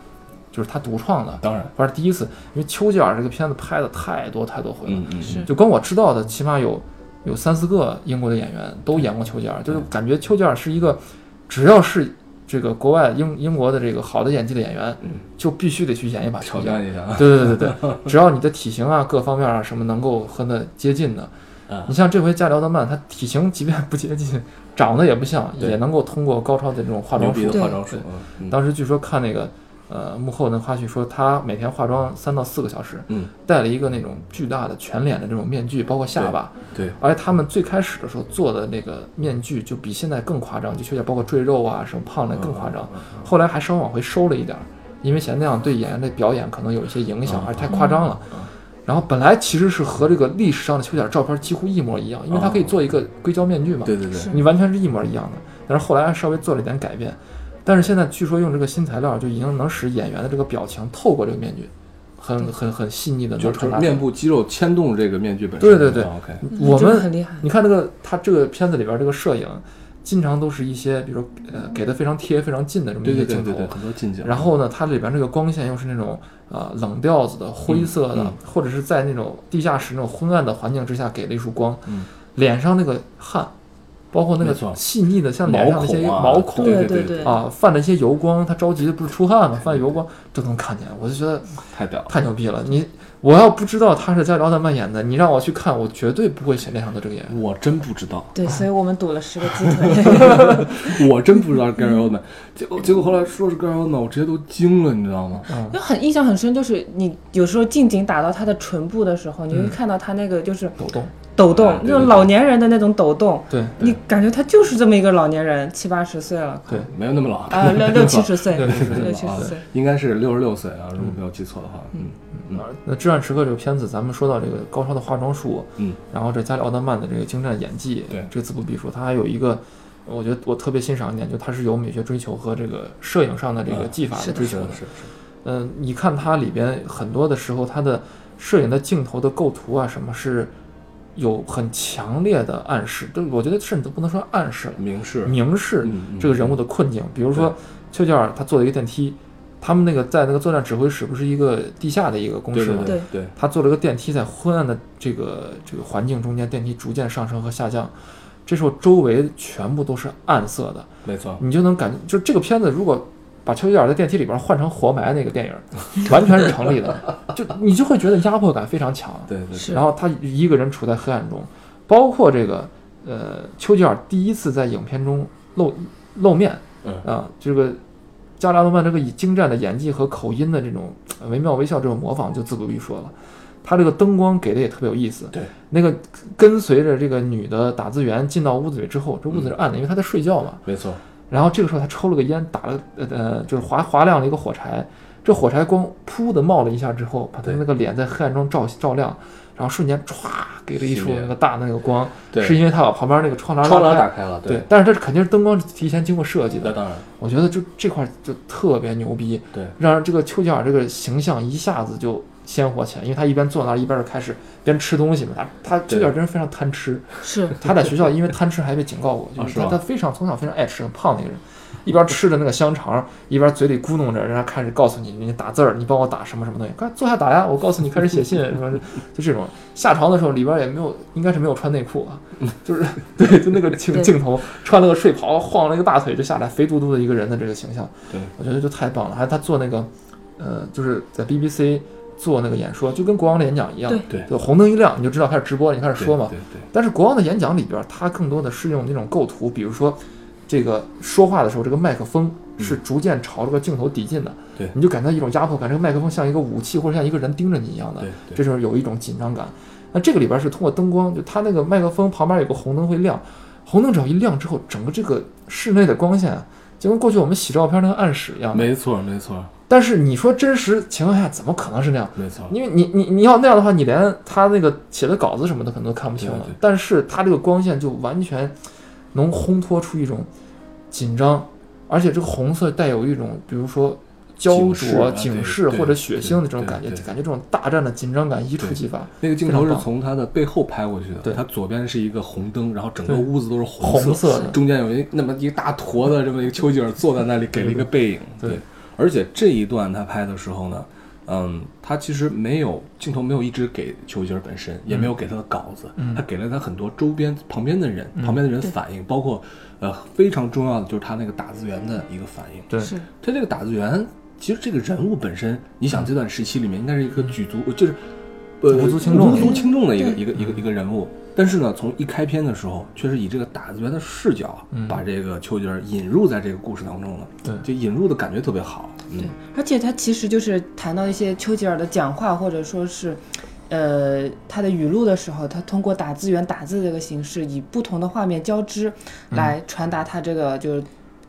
C: 就是他独创的，
A: 当然，
C: 不是第一次，因为丘吉尔这个片子拍的太多太多回了，
A: 嗯嗯
B: 是
A: 嗯
C: 就光我知道的起码有有三四个英国的演员都演过丘吉尔，就是感觉丘吉尔是一个，只要是这个国外英英国的这个好的演技的演员，
A: 嗯
C: 就必须得去演一把
A: 挑
C: 丘吉尔。
A: 战一下啊，
C: 对对对对对， <laughs> 只要你的体型啊各方面啊什么能够和他接近的，
A: 啊
C: 你像这回加辽德曼，他体型即便不接近，长得也不像，
A: 对
C: 也能够通过高超的这种化
A: 牛
C: 妆
A: 逼
C: 术
A: 的
B: 对
A: 化妆术，嗯
C: 当时据说看那个呃幕后的花絮说，他每天化妆三到四个小时，
A: 嗯，
C: 戴了一个那种巨大的全脸的这种面具，包括下巴。
A: 对，
C: 而且他们最开始的时候做的那个面具就比现在更夸张，就缺点包括赘肉啊什么胖的更夸
A: 嗯
C: 张。后来还稍微往回收了一点，儿，因为嫌那样对演员的表演可能有一些影响，
A: 嗯
C: 而太夸张了。然后本来其实是和这个历史上的丘吉尔照片几乎一模一样，因为他可以做一个硅胶面具嘛。
A: 对对对
B: 是
C: 你完全是一模一样的。但是后来稍微做了一点改变，但是现在据说用这个新材料就已经能使演员的这个表情透过这个面具，很很很细腻的
A: 就
C: 能
A: 是
C: 传达出来。
A: 面部肌肉牵动这个面具本身，
C: 对对对
A: ，OK，
B: 嗯
C: 我
B: 真的
C: 们
B: 很厉害。
C: 你看这个他这个片子里边这个摄影，经常都是一些，比如说呃给的非常贴、非常近的这么
A: 对
C: 一
A: 对
C: 些
A: 对
C: 镜头。
A: 对对，很多近景。
C: 然后呢，它里边这个光线又是那种呃冷调子的、灰色的，
A: 嗯
C: 或者是在那种地下室那种昏暗的环境之下给了一束光，
A: 嗯
C: 脸上那个汗，包括那
A: 没
C: 个
A: 错
C: 细腻的像脸
A: 毛
C: 上那些
A: 孔啊，
C: 毛
A: <laughs>
C: 孔
A: 对
B: 对
A: 对
B: 对
C: 啊泛了一些油光，他着急的不是出汗嘛，泛油光都能看见，我就觉得
A: 太屌了。
C: 太牛逼了！你我要不知道他是加里奥德曼演的，你让我去看，我绝对不会想恋上的这个演员。
A: 我真不知道，
B: 对，所以我们赌了十个鸡
A: <laughs>
B: 腿。
A: 我真不知道是 Gary Oldman，结果结果后来说是 Gary Oldman，我直接都惊了，你知道吗？
B: 就很印象很深，就是你有时候近景打到他的唇部的时候，你会
C: 嗯
B: 看到他那个就是
C: 抖动，
B: 抖动
A: 哎，对
B: 那种
A: 对
B: 老年人的那种抖动，
C: 对
B: 你感觉他就是这么一个老年人，七八十岁了，
C: 对，
A: 没有那么老，
B: 啊，六
A: <laughs>
B: 六七十岁，
C: 对对
A: 没有那么
B: 六七
A: 老啊
B: 十岁，
A: 应该是六十六岁啊，如果没有记错的话，嗯嗯
C: 啊那《至暗时刻》这个片子，咱们说到这个高超的化妆术，
A: 嗯，
C: 然后这加里奥德曼的这个精湛演技，
A: 对
C: 这自不必说，他还有一个，我觉得我特别欣赏一点，就他是有美学追求和这个摄影上的这个
A: 嗯
C: 技法
B: 是的
C: 追
A: 是
C: 求
A: 的
C: 的。
A: 是的是
C: 嗯、你看它里边很多的时候，它的摄影的镜头的构图啊，什么是有很强烈的暗示，就我觉得甚至都不能说暗示
A: 的，明示
C: 了，明示
A: 嗯嗯
C: 这个人物的困境。比如说丘吉尔他坐了一个电梯，他们那个在那个作战指挥室不是一个地下的一个公
A: 对
C: 示
A: 对
C: 吗？
A: 对对，
C: 他坐了个电梯，在昏暗的这个这个环境中间，电梯逐渐上升和下降。这时候周围全部都是暗色的，
A: 没错，
C: 你就能感觉，就这个片子如果把丘吉尔在电梯里边换成活埋那个电影， <laughs> 完全是成立的，就你就会觉得压迫感非常强。
A: 对对
B: 是
A: 对，
C: 然后他一个人处在黑暗中，包括这个呃，丘吉尔第一次在影片中露露面
A: 嗯
C: 啊、这个加拉诺曼这个以精湛的演技和口音的这种呃惟妙惟肖这种模仿就自不必说了。他这个灯光给的也特别有意思，
A: 对，
C: 那个跟随着这个女的打字员进到屋子里之后，这屋子是暗的，因为她在睡觉嘛。
A: 没错，
C: 然后这个时候他抽了个烟，打了呃呃，就是划划亮了一个火柴，这火柴光噗的冒了一下之后，把他
A: 对
C: 那个脸在黑暗中照照亮，然后瞬间歘给了一
A: 熄
C: 束
A: 灭
C: 那个大那个光，
A: 对，
C: 是因为他把旁边那个窗帘
A: 窗帘
C: 拉
A: 打
C: 开。
A: 开了，
C: 对，，但是这肯定是灯光是提前经过设计
A: 那
C: 的，
A: 当然，
C: 我觉得就这块就特别牛逼，
A: 对，
C: 让这个丘吉尔这个形象一下子就鲜活起来，因为他一边坐那儿一边就开始边吃东西嘛，他他丘
A: 对
C: 吉尔真是非常贪吃，
B: 是
C: 他在学校因为贪吃还被警告过，就
A: 啊
C: 是
A: 是
C: 他
A: 吧
C: 他非常从小非常爱吃，很胖的一个人，一边吃着那个香肠，一边嘴里咕哝着，人家开始告诉你你打字儿，你帮我打什么什么东西，快坐下打呀，我告诉你开始写信什么，就这种。下床的时候里边也没有，应该是没有穿内裤啊，就是 <laughs> 对，就那个镜
B: 对
C: 镜头穿了个睡袍，晃了一个大腿就下来，肥嘟嘟的一个人的这个形象，
A: 对，
C: 我觉得就太棒了。还有他做那个，呃，就是在 BBC 做那个演说，就跟国王的演讲一样，
A: 对
C: 就红灯一亮你就知道开始直播，你开始
A: 对
C: 说嘛。
A: 对对，
C: 但是国王的演讲里边儿，他更多的是用那种构图，比如说这个说话的时候，这个麦克风是逐渐朝这个镜头递进的，
A: 对
C: 你就感到一种压迫感，这个麦克风像一个武器或者像一个人盯着你一样的
A: 对，对
C: 这就是有一种紧张感。那这个里边儿是通过灯光，就它那个麦克风旁边有个红灯会亮，红灯只要一亮之后，整个这个室内的光线啊就跟过去我们洗照片那个暗室一样的。
A: 没错没错
C: 但是你说真实情况下怎么可能是那样？
A: 没错，
C: 因为你你你要那样的话，你连他那个写的稿子什么的可能都看不清了。
A: 对对
C: 但是他这个光线就完全能烘托出一种紧张，而且这个红色带有一种，比如说焦
A: 警示
C: 灼、
A: 啊
C: 警
A: 对
C: 示
A: 对
C: 或者血腥的这种
A: 对
C: 感觉，
A: 对
C: 就
A: 对
C: 感觉这种大战的紧张感一触即发。
A: 那个镜头
C: 非常
A: 是
C: 棒
A: 从他的背后拍过去的，
C: 对
A: 他左边是一个红灯，然后整个
C: 对
A: 屋子都是红
C: 红色的，
A: 中间有一那么一大坨的这么一个丘吉尔坐在那里，给了一个背影。
C: 对对
A: 而且这一段他拍的时候呢，嗯，他其实没有镜头没有一直给丘吉尔本身，也
C: 嗯
A: 没有给他的稿子，他给了他很多周边旁边的
C: 嗯
A: 人，旁边的人反应，包括呃非常重要的就是他那个打字员的一个反应。
C: 对
B: 是，
A: 他这个打字员，其实这个人物本身，你想这段时期里面应该是一个举足，就是呃
C: 无嗯足轻重
A: 无
C: 的
A: 足轻重的一个
B: 对
A: 一个一个一个人物。但是呢，从一开篇的时候，却是以这个打字员的视角啊，把这个丘吉尔引入在这个故事当中了。
C: 嗯对
A: 就引入的感觉特别好。嗯
B: 对，，而且他其实就是谈到一些丘吉尔的讲话，或者说是，呃，他的语录的时候，他通过打字员打字这个形式，以不同的画面交织来传达他这个就是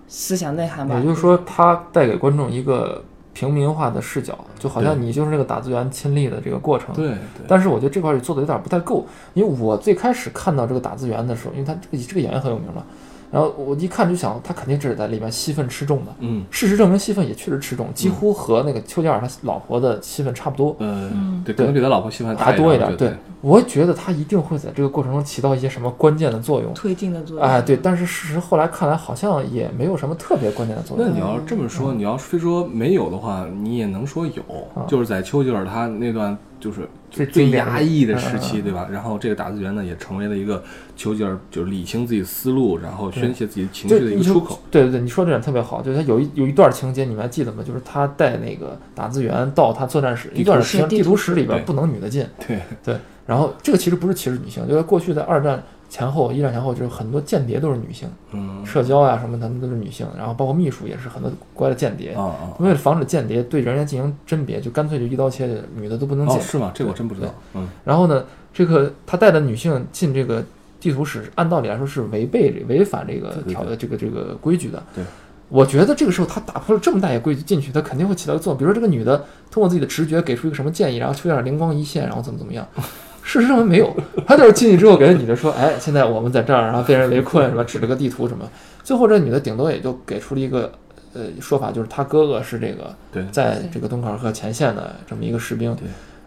B: 思想内涵吧。
C: 嗯也就是说，它带给观众一个平民化的视角，就好像
A: 对
C: 你就是这个打字员亲历的这个过程。
A: 对对
C: 但是我觉得这块儿做的有点不太够，因为我最开始看到这个打字员的时候，因为他这个这个演员很有名嘛，然后我一看就想，他肯定这是在里面戏份吃重的。
A: 嗯，
C: 事实证明，戏份也确实吃重，几乎和那个丘吉尔他老婆的戏份差不多，
A: 呃
B: 嗯，
A: 对，可能比他老婆戏份
C: 还多
A: 一
C: 一点。
A: 我觉
C: 对
A: 得，
C: 我觉得他一定会在这个过程中起到一些什么关键的作用。
B: 推进的作用。
C: 哎，对，但是事实后来看来好像也没有什么特别关键的作
A: 那
C: 用。
A: 你要这么说，
C: 嗯
A: 你要非说没有的话，你也能说有，
C: 啊
A: 就是在丘吉尔他那段就是就
C: 最
A: 最
C: 经典的
A: 压抑的时
C: 嗯
A: 期，对吧？然后这个打字员呢，也成为了一个丘吉尔就是理清自己思路，然后宣泄自己情绪
C: 就
A: 的一
C: 你
A: 个
C: 说
A: 出口。
C: 对对对，你说这点特别好，就是他有一有一段情节，你们还记得吗？就是他带那个打字员到他作战室，
A: 地
C: 一段
A: 图
C: 时间
B: 室
C: 地
B: 地
C: 图
B: 图
C: 室里边
A: 对
C: 不能女的进，
A: 对，
C: 对，然后这个其实不是歧视女性，就是过去在二战前后、一战前后，就是很多间谍都是女性，
A: 嗯，
C: 社交啊什么他们都是女性，然后包括秘书也是很多国外的间谍。
A: 啊啊，
C: 为了防止间谍对人员进行甄别，就干脆就一刀切，女的都不能进。
A: 哦，是吗？这个我真不知道。嗯，
C: 然后呢，这个他带着女性进这个地图室，按道理来说是违背这违反这个
A: 对对
C: 条这个这个规矩的。
A: 对，
C: 我觉得这个时候他打破了这么大一个规矩进去，他肯定会起到一个作用。比如说这个女的通过自己的直觉给出一个什么建议，然后丘吉尔灵光一现，然后怎么怎
A: <laughs>
C: 么样。事实证明没有，他就是进去之后给那女的说：“哎，现在我们在这儿，然后被人围困，什么指了个地图什么。”最后这女的顶多也就给出了一个呃说法，就是她哥哥是这个
A: 对，
C: 在这个敦刻尔克前线的这么一个士兵
A: 对。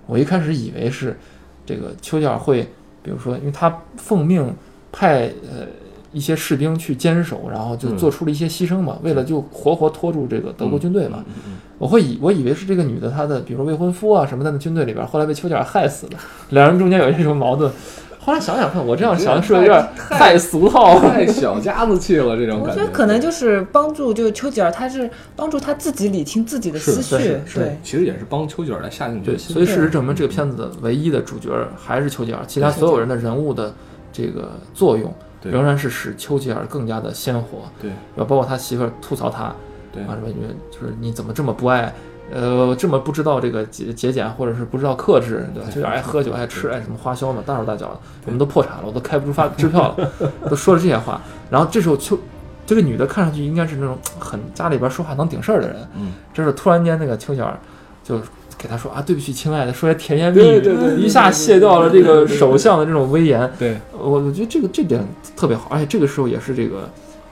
C: 我一开始以为是这个丘吉尔会，比如说，因为他奉命派呃一些士兵去坚守，然后就
A: 嗯
C: 做出了一些牺牲嘛，为了就活活拖住这个德国军队嘛。
A: 嗯嗯
C: 我会以我以为是这个女的她的，比如说未婚夫啊什么在那军队里边，后来被丘吉尔害死了，两人中间有一些什么矛盾。后来想想看，我这样想是不是有点
A: 太
C: 太俗套
A: 嗯
C: 了？
A: 太小家子气了，这种
B: 我
A: 感
B: 觉得可能就是帮助，就丘吉尔他是帮助他自己理清自己的
A: 是
B: 思
A: 的
B: 绪，
C: 是
B: 对，
A: 其实也是帮丘吉尔来下定决
C: 对，
A: 心。
C: 所以事实证明，这个片子的唯一的主角还是丘吉尔，其他所有人的人物的这个作用，
A: 对
C: 仍然是使丘吉尔更加的鲜活。
A: 对
C: 然后包括他媳妇儿吐槽他啊
A: 对
C: 什么，你们就是你怎么这么不爱，呃，这么不知道这个节节俭，或者是不知道克制，对吧？
A: 对
C: 就有点爱喝酒、爱吃、爱什么花销嘛，大手大脚的，我们都破产了，我都开不出发支票
A: <laughs>
C: 了，都说了这些话。然后这时候丘这个女的看上去应该是那种很家里边说话能顶事儿的人，
A: 嗯，
C: 这时候突然间那个丘吉尔就给他说啊，对不起，亲爱的，说些甜言蜜语，
A: 对对对对对
C: 一下卸掉了这个首相的这种威严。
A: 对
C: 我我觉得这个这点特别好，而且这个时候也是这个、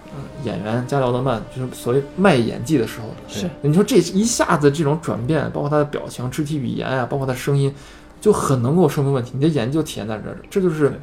C: 呃、演员加里奥德曼就是所谓卖演技的时候。
B: 是
C: 你说这一下子这种转变，包括他的表情、肢体语言啊，包括他声音，就很能够说明问题。你的演技就体现在这儿，这就是
A: 对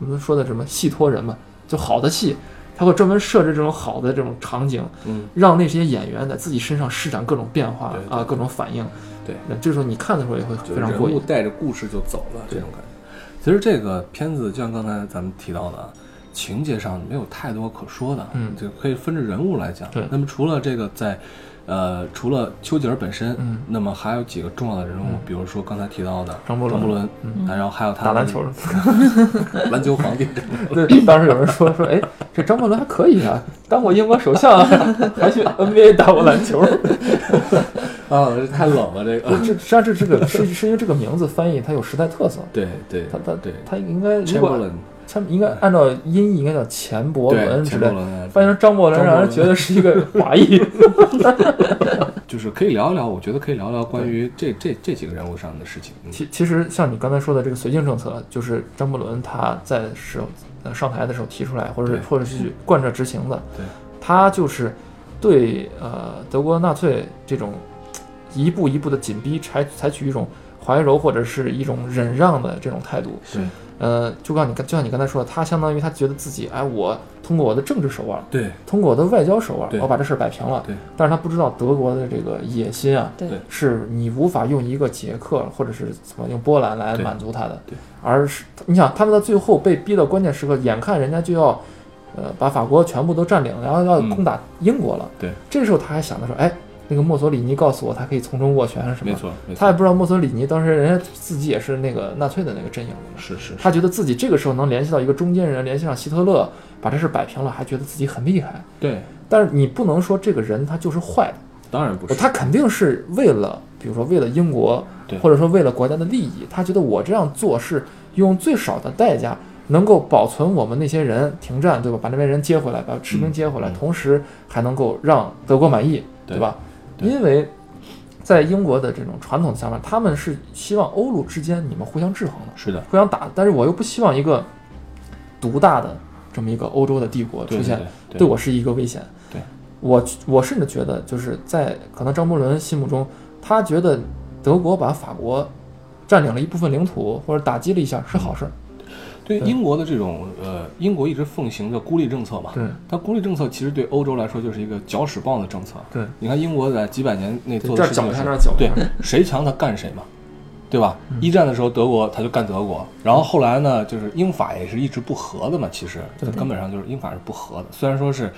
C: 我们说的什么戏托人嘛，就好的戏，他会专门设置这种好的这种场景，
A: 嗯，
C: 让那些演员在自己身上施展各种变化
A: 对对
C: 啊，各种反应。
A: 对
C: 那这时候你看的时候也会
A: 就
C: 非
A: 是
C: 常
A: 人
C: 过
A: 物
C: 瘾。
A: 带着故事就走了，
C: 对
A: 这种感觉。其实这个片子就像刚才咱们提到的啊，情节上没有太多可说的，啊
C: 嗯
A: 就可以分着人物来讲。
C: 对
A: 那么除了这个在，呃，除了丘吉尔本身，
C: 嗯
A: 那么还有几个重要的人物，比如说刚才提到的
C: 张伯
A: 伯
C: 伦
A: 伦，
C: 嗯
A: 然后还有他
C: 打
A: 的
C: 篮球，
A: 篮球
C: <laughs>
A: 皇帝，
C: 对，当时有人说说，哎，这张伯伦还可以啊，当过英国首相、啊，还去 NBA 打过篮球。
A: 啊，这太冷了，这
C: 不
A: 个，
C: 是，实际上这这个是是因为这个名字翻译它有时代特色，
A: 对对，
C: 它它
A: 对，
C: 它应该
A: 钱
C: 如
A: 伯
C: 果
A: 伦，
C: 他们应该按照音译应该叫钱伯
A: 对，
C: 伦之
A: 钱
C: 类
A: 伯
C: 的，
A: 伦，啊
C: 翻译成张伯伦
A: 张伯
C: 让人
A: 伦
C: 觉得是一个华裔。
A: 就是可以聊一聊，我觉得可以聊聊关于这这这几个人物上的事情。嗯
C: 其其实像你刚才说的这个绥靖政策，就是张伯伦他在时候呃上台的时候提出来，或者是
A: 对
C: 或者是贯彻执行的。
A: 对，
C: 他就是对呃德国纳粹这种嘖一步一步的紧逼，采采取一种怀柔或者是一种忍让的这种态度。
A: 是
C: 呃，就像你刚就像你刚才说的，他相当于他觉得自己哎，我通过我的政治手腕，
A: 对
C: 通过我的外交手腕
A: 对，
C: 我把这事儿摆平了。
A: 对，
C: 但是他不知道德国的这个野心啊，
B: 对
A: 对
C: 是你无法用一个捷克或者是怎么用波兰来
A: 对
C: 满足他的
A: 对，
C: 而是你想他们到最后被逼到关键时刻，眼看人家就要，呃，把法国全部都占领，然后要
A: 嗯
C: 攻打英国了。
A: 对，
C: 这时候他还想着说，哎，那个墨索里尼告诉我他可以从中斡旋什么
A: 没，错，没
C: 他
A: 错
C: 也，不知道墨索里尼当时人家自己也是那个纳粹的那个阵营的嘛。
A: 是是是，
C: 他觉得自己这个时候能联系到一个中间人，联系上希特勒，把这事摆平了，还觉得自己很厉害。
A: 对，
C: 但是你不能说这个人他就是坏的，
A: 当然不是，
C: 哦他肯定是为了，比如说为了英国
A: 对，
C: 或者说为了国家的利益，他觉得我这样做是用最少的代价能够保存我们那些人停战，对吧？把那边人接回来，把士兵接回来，
A: 嗯嗯
C: 同时还能够让德国满意，
A: 对
C: 吧？
A: 对
C: 因为在英国的这种传统的想法，他们是希望欧陆之间你们互相制衡的，
A: 是的，
C: 互相打，但是我又不希望一个独大的这么一个欧洲的帝国
A: 对
C: 出现，
A: 对
C: 对我是一个危险。
A: 对，
C: 我我甚至觉得，就是在可能张伯伦心目中，他觉得德国把法国占领了一部分领土或者打击了一下是好事儿。
A: 对
C: 对
A: 英国的这种呃，英国一直奉行着孤立政策嘛，
C: 对
A: 它孤立政策其实对欧洲来说就是一个搅屎棒的政策。
C: 对，
A: 你看英国在几百年内做的
C: 这儿
A: 事情就
C: 搅一
A: 是，
C: 下，那儿搅一
A: 对
C: 下。，
A: 谁强他干谁嘛，对吧？
C: 嗯
A: 一战的时候德国他就干德国，然后后来呢，就是英法也是一直不和的嘛，其实
C: 对
A: 根本上就是英法是不和的，虽然说是。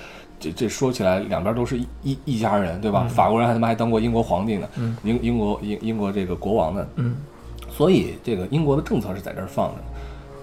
A: 这这说起来，两边都是一一一家人，对吧？法国人还他妈还当过英国皇帝呢，
C: 嗯
A: 英英国英英国这个国王呢，
C: 嗯，
A: 所以这个英国的政策是在这儿放着的。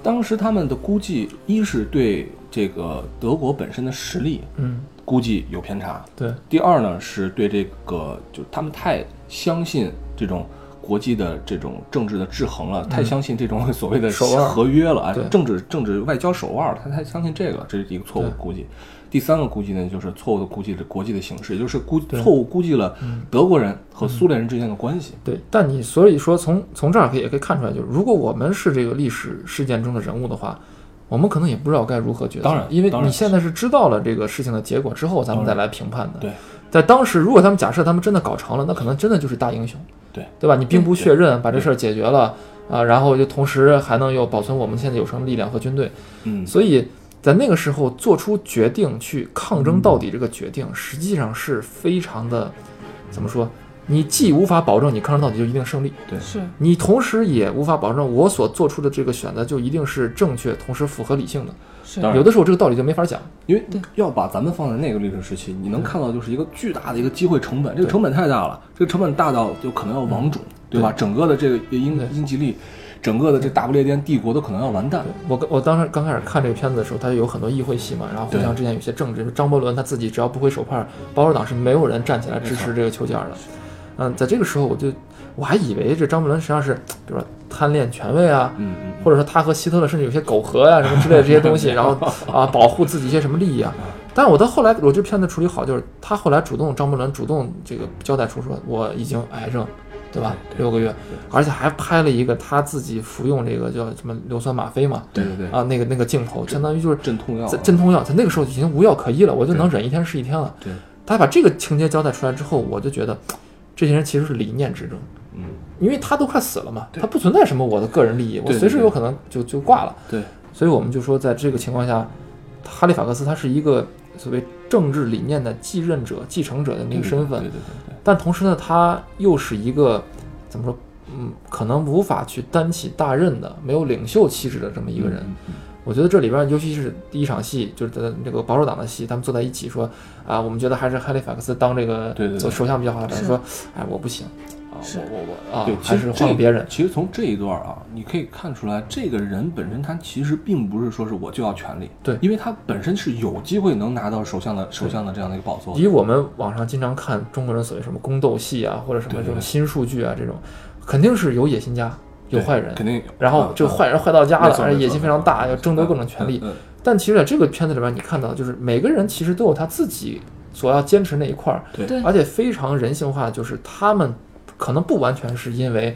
A: 当时他们的估计，一是对这个德国本身的实力
C: 嗯，
A: 估计有偏差，
C: 对，
A: 第二呢是对这个就他们太相信这种国际的这种政治的制衡了，太相信这种所谓的
C: 手腕
A: 合约了啊
C: 嗯对，
A: 政治政治外交手腕，他太相信这个，这是一个错误的
C: 对
A: 估计。第三个估计呢，就是错误的估计了国际的形势，也就是估
C: 对嗯
A: 错误估计了德国人和苏联人之间的关系。
C: 对，但你所以说从从这儿可以也可以看出来，就是如果我们是这个历史事件中的人物的话，我们可能也不知道该如何决策。
A: 当然
C: 因为
A: 当然
C: 你现在是知道了这个事情的结果之后，咱们再来评判的。
A: 对，
C: 在当时，如果他们假设他们真的搞成了，那可能真的就是大英雄，
A: 对
C: 对吧？你兵不血刃把这事儿解决了啊，然后就同时还能又保存我们现在有生力量和军队，
A: 嗯，
C: 所以在那个时候做出决定去抗争到
A: 嗯
C: 底这个决定，实际上是非常的，怎么说？你既无法保证你抗争到底就一定胜利，
B: 是
C: 你同时也无法保证我所做出的这个选择就一定是正确，同时符合理性的。
B: 是
A: 当然
C: 有的时候这个道理就没法讲。
A: 因为
B: 对
A: 要把咱们放在那个历史时期，你能看到就是一个巨大的一个机会成本，这个成本太大了，这个成本大到就可能要亡种，对吧？整个的这个英
C: 对
A: 英吉利，整个的这大不列颠帝国都可能要完蛋。
C: 我刚我当时刚开始看这个片子的时候，它有很多议会戏嘛，然后互
A: 对
C: 相之间有些政治。张伯伦他自己只要不挥手帕，保守党是没有人站起来支持这个丘吉尔的。嗯，在这个时候我就我还以为这张伯伦实际上是，比如说贪恋权位啊，
A: 嗯嗯，
C: 或者说他和希特勒甚至有些苟合呀、什么之类的这些东 <laughs> 西，然后啊保护自己一些什么利益啊。但是我到后来，我这片子处理好，就是他后来主动张伯伦主动这个交代出说我已经癌症，对吧？六个月，而且还拍了一个他自己服用这个叫什么硫酸吗啡嘛
A: 对对对，
C: 啊那个那个镜头，相当于就是
A: 镇痛药啊
C: 在，镇痛药，在那个时候已经无药可医了，我就能忍一天是一天了。
A: 对，
C: 他把这个情节交代出来之后，我就觉得这些人其实是理念之争。
A: 嗯，
C: 因为他都快死了嘛，他不存在什么我的个人利益，我
A: 对
C: 随时有可能就就挂了。
A: 对，
C: 所以我们就说，在这个情况下，哈利法克斯他是一个所谓政治理念的继任者、继承者的那
A: 对
C: 个身份，
A: 嗯对对对
C: 但同时呢，他又是一个怎么说，嗯，可能无法去担起大任的、没有领袖气质的这么一个
A: 对，
C: 人。
A: 嗯嗯
C: 我觉得这里边，尤其是第一场戏，就是他的那个保守党的戏，他们坐在一起说啊，我们觉得还是哈利法克斯当这个
A: 对对对
C: 做首相比较好。他
B: 是
C: 说，哎，我不行啊，
B: 是
C: 我我我啊
A: 对，，
C: 还
A: 其
C: 是
A: 实
C: 换
A: 这
C: 了别人。
A: 其实从这一段啊，你可以看出来，这个人本身他其实并不是说是我就要权力，
C: 对
A: 因为他本身是有机会能拿到首相的首相的这样的一个宝座的。
C: 以我们网上经常看中国人所谓什么宫斗戏啊，或者什么
A: 对对
C: 这种
A: 对
C: 新数据啊，这种肯定是有野心家，有
A: 对
C: 坏人，
A: 肯定有。嗯
C: 然后这个坏人坏到家
A: 没
C: 了，
A: 错
C: 而且
A: 没
C: 野
A: 错
C: 心非
A: 没
C: 常
A: 错
C: 大，要争夺
A: 嗯
C: 各种权利。
A: 嗯嗯
C: 但其实在这个片子里边，你看到就是每个人其实都有他自己所要坚持那一块儿，
A: 对
B: 对
C: 而且非常人性化，就是他们可能不完全是因为，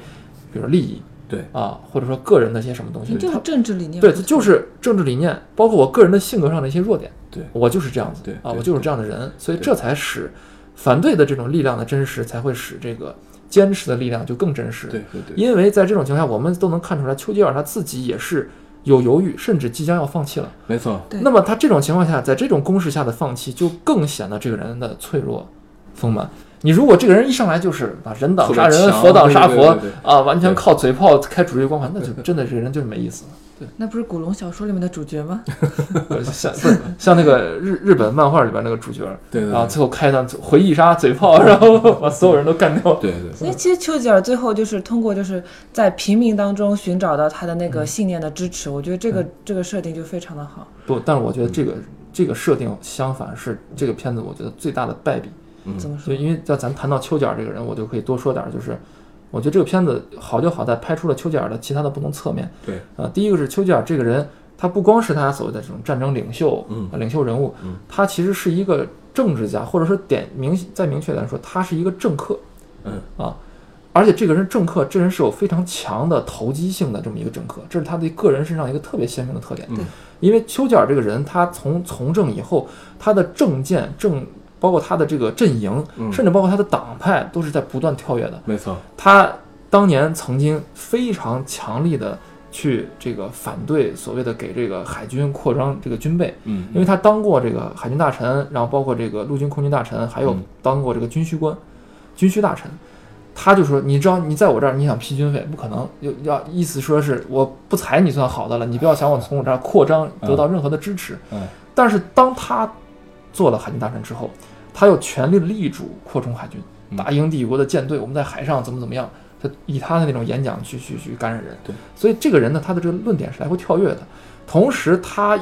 C: 比如说利益
A: 对，
C: 啊，或者说个人的一些什么东西，
B: 你这
C: 他
B: 种政治理念
C: 对，
B: 不
C: 他
B: 错
C: 就是政治理念，包括我个人的性格上的一些弱点，
A: 嗯对
C: 我就是这样子，
A: 对对
C: 啊，我就是这样的人，所以这才使反对的这种力量的真实，才会使这个坚持的力量就更真实，
A: 对对对，
C: 因为在这种情况下，我们都能看出来，丘吉尔他自己也是有犹豫，甚至即将要放弃了。
A: 没错，
B: 对
C: 那么他这种情况下，在这种攻势下的放弃，就更显得这个人的脆弱、丰满。你如果这个人一上来就是啊，人党
A: 特别
C: 杀人，
A: 强
C: 佛党杀
A: 对
C: 佛
A: 对对对
C: 啊，完全
A: 对
C: 靠嘴炮开主义光环，
A: <laughs>
C: 那就真的这个人就是没意思了。
B: 那不是古龙小说里面的主角吗？
C: 呃像不是像那个日日本漫画里边那个主角，
A: 对对
C: 然后最后开一段回忆杀、嘴炮，然后把所有人都干掉。
A: 对对对
B: 所以其实丘吉尔最后就是通过就是在平民当中寻找到他的那
C: 嗯
B: 个信念的支持，我觉得这个这个设定就非常的好。
C: 不，但是我觉得这个这个设定相反是这个片子我觉得最大的败笔。
A: 嗯
B: 怎么说
C: 就？因为要咱谈到丘吉尔这个人，我就可以多说点，儿，就是我觉得这个片子好就好在拍出了丘吉尔的其他的不同侧面。
A: 对，
C: 呃，第一个是丘吉尔这个人，他不光是他所谓的这种战争领袖，
A: 嗯
C: 呃领袖人物，
A: 嗯
C: 他其实是一个政治家，或者说点明再明确点说，他是一个政客
A: 嗯
C: 啊。而且这个人政客，这人是有非常强的投机性的这么一个政客，这是他的个人身上一个特别鲜明的特点。
A: 嗯
C: 因为丘吉尔这个人，他从从政以后，他的政见政，包括他的这个阵营，
A: 嗯
C: 甚至包括他的党派，都是在不断跳跃的。
A: 没错，
C: 他当年曾经非常强力的去这个反对所谓的给这个海军扩张这个军备，
A: 嗯，
C: 因为他当过这个海军大臣，然后包括这个陆军空军大臣，还有
A: 嗯
C: 当过这个军需官、军需大臣。他就说：“你知道你在我这儿你想批军费不可能，要要意思说是我不裁你算好的了，你不要想我从我这儿扩张得到任何的支持。
A: 嗯
C: 但是当他做了海军大臣之后，他又全力力主扩充海军，
A: 嗯
C: 大英帝国的舰队，我们在海上怎么怎么样，他以他的那种演讲去去去感染人。
A: 对，
C: 所以这个人呢，他的这个论点是来回跳跃的。同时，他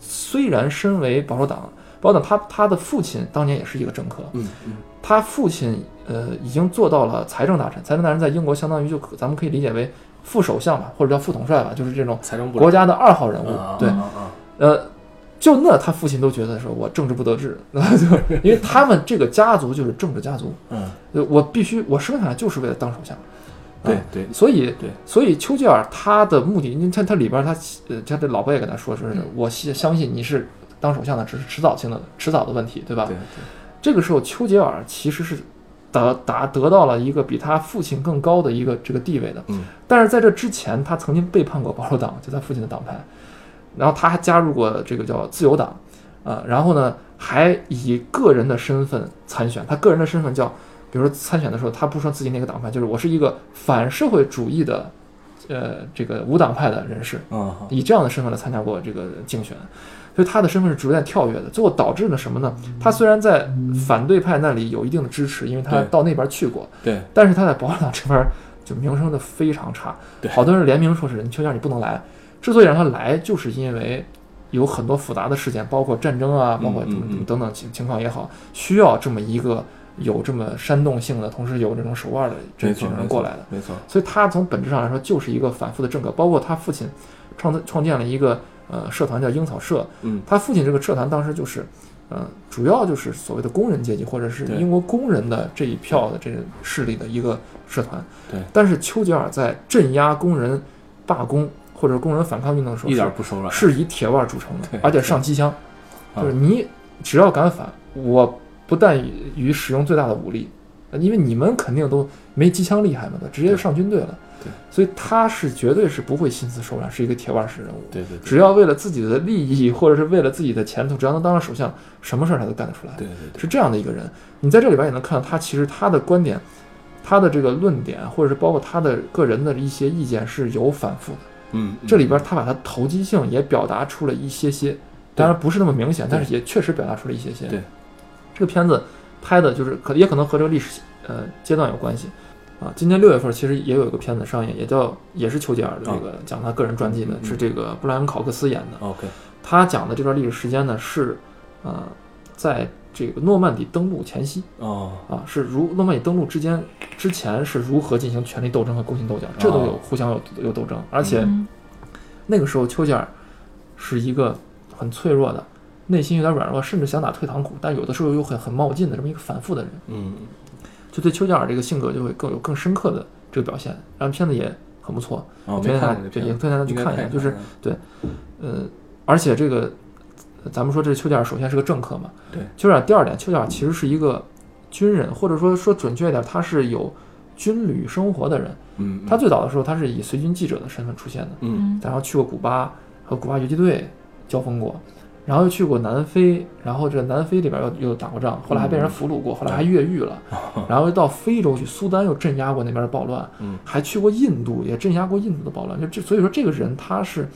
C: 虽然身为保守党，保守党他他的父亲当年也是一个政客，
A: 嗯嗯
C: 他父亲呃已经做到了财政大臣，财政大臣在英国相当于就可咱们可以理解为副首相吧，或者叫副统帅吧，就是这种
A: 财政部
C: 国家的二号人物。
A: 啊
C: 对
A: 啊，啊啊
C: 呃，就那他父亲都觉得说我政治不得志， <laughs> 就因为他们这个家族就是政治家族，
A: 嗯，
C: 呃我必须我生下来就是为了当首相。
A: 对
C: 啊
A: 对
C: 所以
A: 对，
C: 所以丘吉尔他的目的，因为他他里边他呃他的老婆也跟他说，说是
B: 嗯
C: 我相相信你是当首相的，只是迟早性的迟早的问题，对吧？
A: 对对，
C: 这个时候，丘吉尔其实是得达得到了一个比他父亲更高的一个这个地位的。
A: 嗯，
C: 但是在这之前，他曾经背叛过保守党，就他父亲的党派，然后他还加入过这个叫自由党，呃，然后呢，还以个人的身份参选，他个人的身份叫，比如说参选的时候，他不说自己哪个党派，就是我是一个反社会主义的，呃，这个无党派的人士，
A: 嗯好
C: 以这样的身份来参加过这个竞选，所以他的身份是逐渐跳跃的。最后导致了什么呢？他虽然在反对派那里有一定的支持，因为他
A: 对
C: 到那边去过，
A: 对
C: 但是他在保守党这边就名声的非常差
A: 对，
C: 好多人联名说是人丘吉尔你不能来。之所以让他来，就是因为有很多复杂的事件，包括战争啊，
A: 嗯
C: 包括
A: 嗯嗯
C: 等等情情况也好，需要这么一个有这么煽动性的，同时有这种手腕的这
A: 没
C: 这
A: 错
C: 种
A: 没
C: 人
A: 错
C: 过来的。
A: 没错，
C: 所以他从本质上来说就是一个反复的政客，包括他父亲创创建了一个呃社团叫樱草社，
A: 嗯
C: 他父亲这个社团当时就是，呃，主要就是所谓的工人阶级或者是
A: 对
C: 英国工人的这一票的这个势力的一个社团，
A: 对
C: 但是丘吉尔在镇压工人罢工或者工人反抗运动的时候
A: 一点儿
C: 是，
A: 不手软，
C: 是以铁腕著称的
A: 对，
C: 而且上机枪，
A: 啊
C: 就是你只要敢反，我不但与与使用最大的武力，呃因为你们肯定都没机枪厉害嘛，都直接上军队了。
A: 对，
C: 所以他是绝对是不会心慈手软，是一个铁腕式人物。
A: 对对对
C: 只要为了自己的利益，或者是为了自己的前途，只要能当上首相，什么事儿他都干得出来。
A: 对对对，
C: 是这样的一个人。你在这里边也能看到，他其实他的观点、他的这个论点，或者是包括他的个人的一些意见是有反复的。
A: 嗯，
C: 这里
A: 嗯
C: 边他把他投机性也表达出了一些些，当然不是那么明显，但是也确实表达出了一些些。
A: 对，
C: 这个片子拍的就是可也可能和这个历史呃阶段有关系。啊，今年六月份其实也有一个片子上映，也叫也是丘吉尔的这个、讲他个人传记的
A: 啊嗯，嗯嗯
C: 是这个布莱恩考克斯演的。
A: 嗯 OK，
C: 他讲的这段历史时间呢是，呃，在这个诺曼底登陆前夕
A: 哦，
C: 啊，是如诺曼底登陆之间之前是如何进行权力斗争和勾心斗角，这都有
A: 哦
C: 互相有有斗争，而且
B: 嗯
C: 那个时候丘吉尔是一个很脆弱的，内心有点软弱，甚至想打退堂鼓，但有的时候又很很冒进的这么一个反复的人，
A: 嗯，
C: 就对丘吉尔这个性格就会更有更深刻的这个表现。然后片子也很不错，
A: 哦，
C: 推
A: 没
C: 荐大
A: 看
C: 家
A: 过这
C: 对
A: 片
C: 也
A: 子，
C: 推荐大家去
A: 应该
C: 看一下，
A: 看
C: 就是呃，而且这个，呃咱们说这丘吉尔首先是个政客嘛，
A: 对
C: 丘吉尔第二点，丘吉尔其实是一个军人，或者说说准确一点，他是有军旅生活的人。
A: 嗯，
C: 他最早的时候，他是以随军记者的身份出现的，
A: 嗯
B: 嗯
C: 然后去过古巴和古巴游击队交锋过，然后又去过南非，然后这南非里边又又打过仗，后来还被人俘虏过，后来还越狱
A: <laughs>
C: 了，
A: 哦
C: 然后又到非洲去，苏丹又镇压过那边的暴乱，
A: 嗯
C: 还去过印度，也镇压过印度的暴乱，就这，所以说这个人他是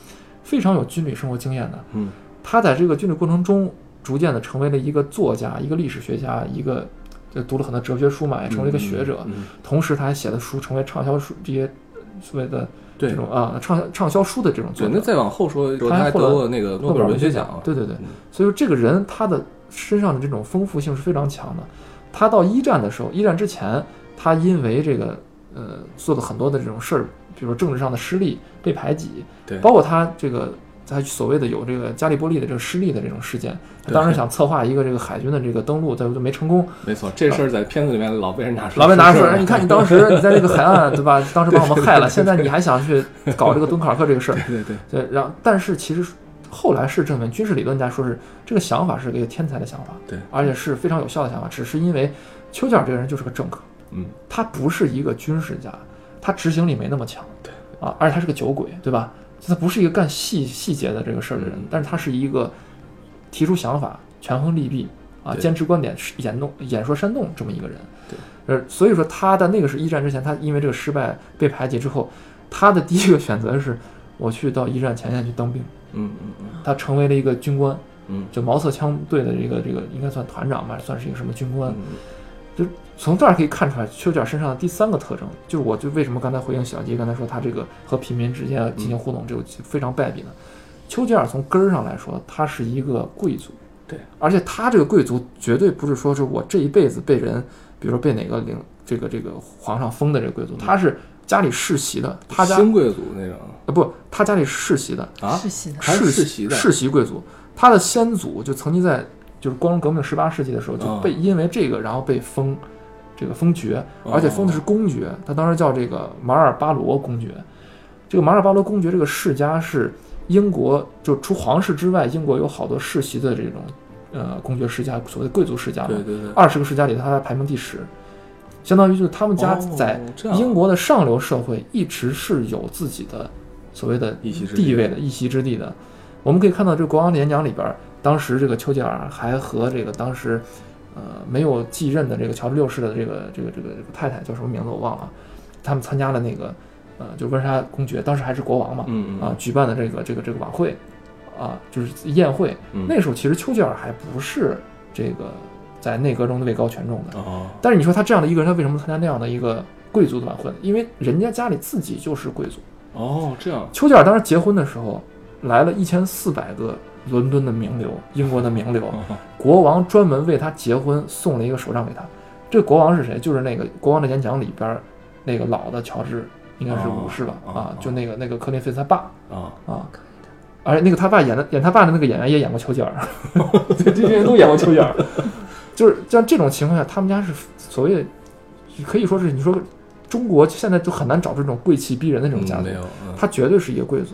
C: 非常有军旅生活经验的。
A: 嗯
C: 他在这个军旅过程中，逐渐的成为了一个作家、一个历史学家、一个就读了很多哲学书嘛，
A: 嗯，
C: 也成为了一个学者。
A: 嗯，嗯
C: 同时，他还写的书成为畅销书这些所谓的
A: 嗯对
C: 这种啊畅畅销书的这种作
A: 对，那
C: 者。
A: 再往后说，
C: 他
A: 他
C: 还
A: 还
C: 获
A: 得
C: 了
A: 过那个诺贝尔文学奖，
C: 对对对
A: 嗯，
C: 所以说这个人他的身上的这种丰富性是非常强的。他到一战的时候，一战之前，他因为这个呃做的很多的这种事儿，比如政治上的失利被排挤，
A: 对
C: 包括他这个他所谓的有这个加利波利的这个失利的这种事件，他
A: 对
C: 当时想策划一个这个海军的这个登陆，但是就没成功。
A: 没错，这事儿在片子里面老被人拿出来，
C: 老被拿出
A: 出
C: 来，你看你当时你在这个海岸对吧？
A: <laughs>
C: 当时把我们害了，现在你还想去搞这个敦刻尔克这个事儿，
A: 对对对，
C: 对，然后但是其实后来是证明，军事理论家说是这个想法是个天才的想法，
A: 对
C: 而且是非常有效的想法，只是因为丘吉尔这个人就是个政客，
A: 嗯，
C: 他不是一个军事家，他执行力没那么强，
A: 对
C: 啊，而且他是个酒鬼，对吧？他不是一个干细细节的这个事儿的人，
A: 嗯
C: 但是他是一个提出想法、权衡利弊啊、
A: 对
C: 坚持观点、演弄、演说、煽动这么一个人。
A: 对，
C: 呃，所以说他在那个是一战之前，他因为这个失败被排挤之后，他的第一个选择是我去到一战前线去当兵，
A: 嗯嗯嗯
C: 他成为了一个军官，
A: 嗯
C: 就毛瑟枪队的这个这个应该算团长吧，算是一个什么军官。
A: 嗯，
C: 就从这儿可以看出来，丘吉尔身上的第三个特征，就是我就为什么刚才回应小杰刚才说他这个和平民之间啊进行互动，这个非常败笔呢？丘吉尔从根儿上来说，他是一个贵族，
A: 对，
C: 而且他这个贵族绝对不是说是我这一辈子被人，比如说被哪个领这个这个皇上封的这个贵族，他是家里世袭的，他家
A: 新贵族那种
C: 呃不，他家里世袭的，
A: 啊，
B: 世袭的，
A: 还是世袭
C: 袭
A: 的
C: 世袭贵族，他的先祖就曾经在就是光荣革命十八世纪的时候就
A: 嗯
C: 被因为这个然后被封这个封爵，
A: 哦
C: 而且封的是公爵，他当时叫这个马尔巴罗公爵。这个马尔巴罗公爵这个世家是英国就除皇室之外，英国有好多世袭的这种呃公爵世家，所谓的贵族世家嘛
A: 对，对对，
C: 二十个世家里他排名第十，相当于就是他们家
A: 哦
C: 在
A: 这样
C: 英国的上流社会一直是有自己的所谓的
A: 一席之
C: 地
A: 地
C: 位的一席之地的。我们可以看到，这个国王演讲里边儿，当时这个丘吉尔还和这个当时，呃，没有继任的这个乔治六世的这个这个这个这个太太叫什么名字我忘了，他们参加了那个，呃，就温莎公爵，当时还是国王嘛，
A: 嗯嗯
C: 啊，举办的这个这个这个晚会，啊，就是宴会。
A: 嗯
C: 那时候其实丘吉尔还不是这个在内阁中位高权重的，
A: 哦
C: 但是你说他这样的一个人，他为什么参加那样的一个贵族的晚会？因为人家家里自己就是贵族。
A: 哦这样
C: 丘吉尔当时结婚的时候，来了一千四百个伦敦的名流，英国的名流，
A: 哦
C: 国王专门为他结婚送了一个手杖给他。这国王是谁？就是那个《国王的演讲》里边儿那个老的乔治，应该是
A: 哦
C: 五世吧？
A: 哦
C: 啊
A: 哦，
C: 就那个那个克林菲斯他爸
A: 啊
C: 啊。而且那个他爸演的演他爸的那个演员也演过丘
A: <laughs>
C: 吉尔，对，这些人都演过丘吉尔。就是像这种情况下，他们家是所谓可以说是你说中国现在就很难找这种贵气逼人的这种家
A: 嗯
C: 族
A: 没，有嗯
C: 他绝对是一个贵族。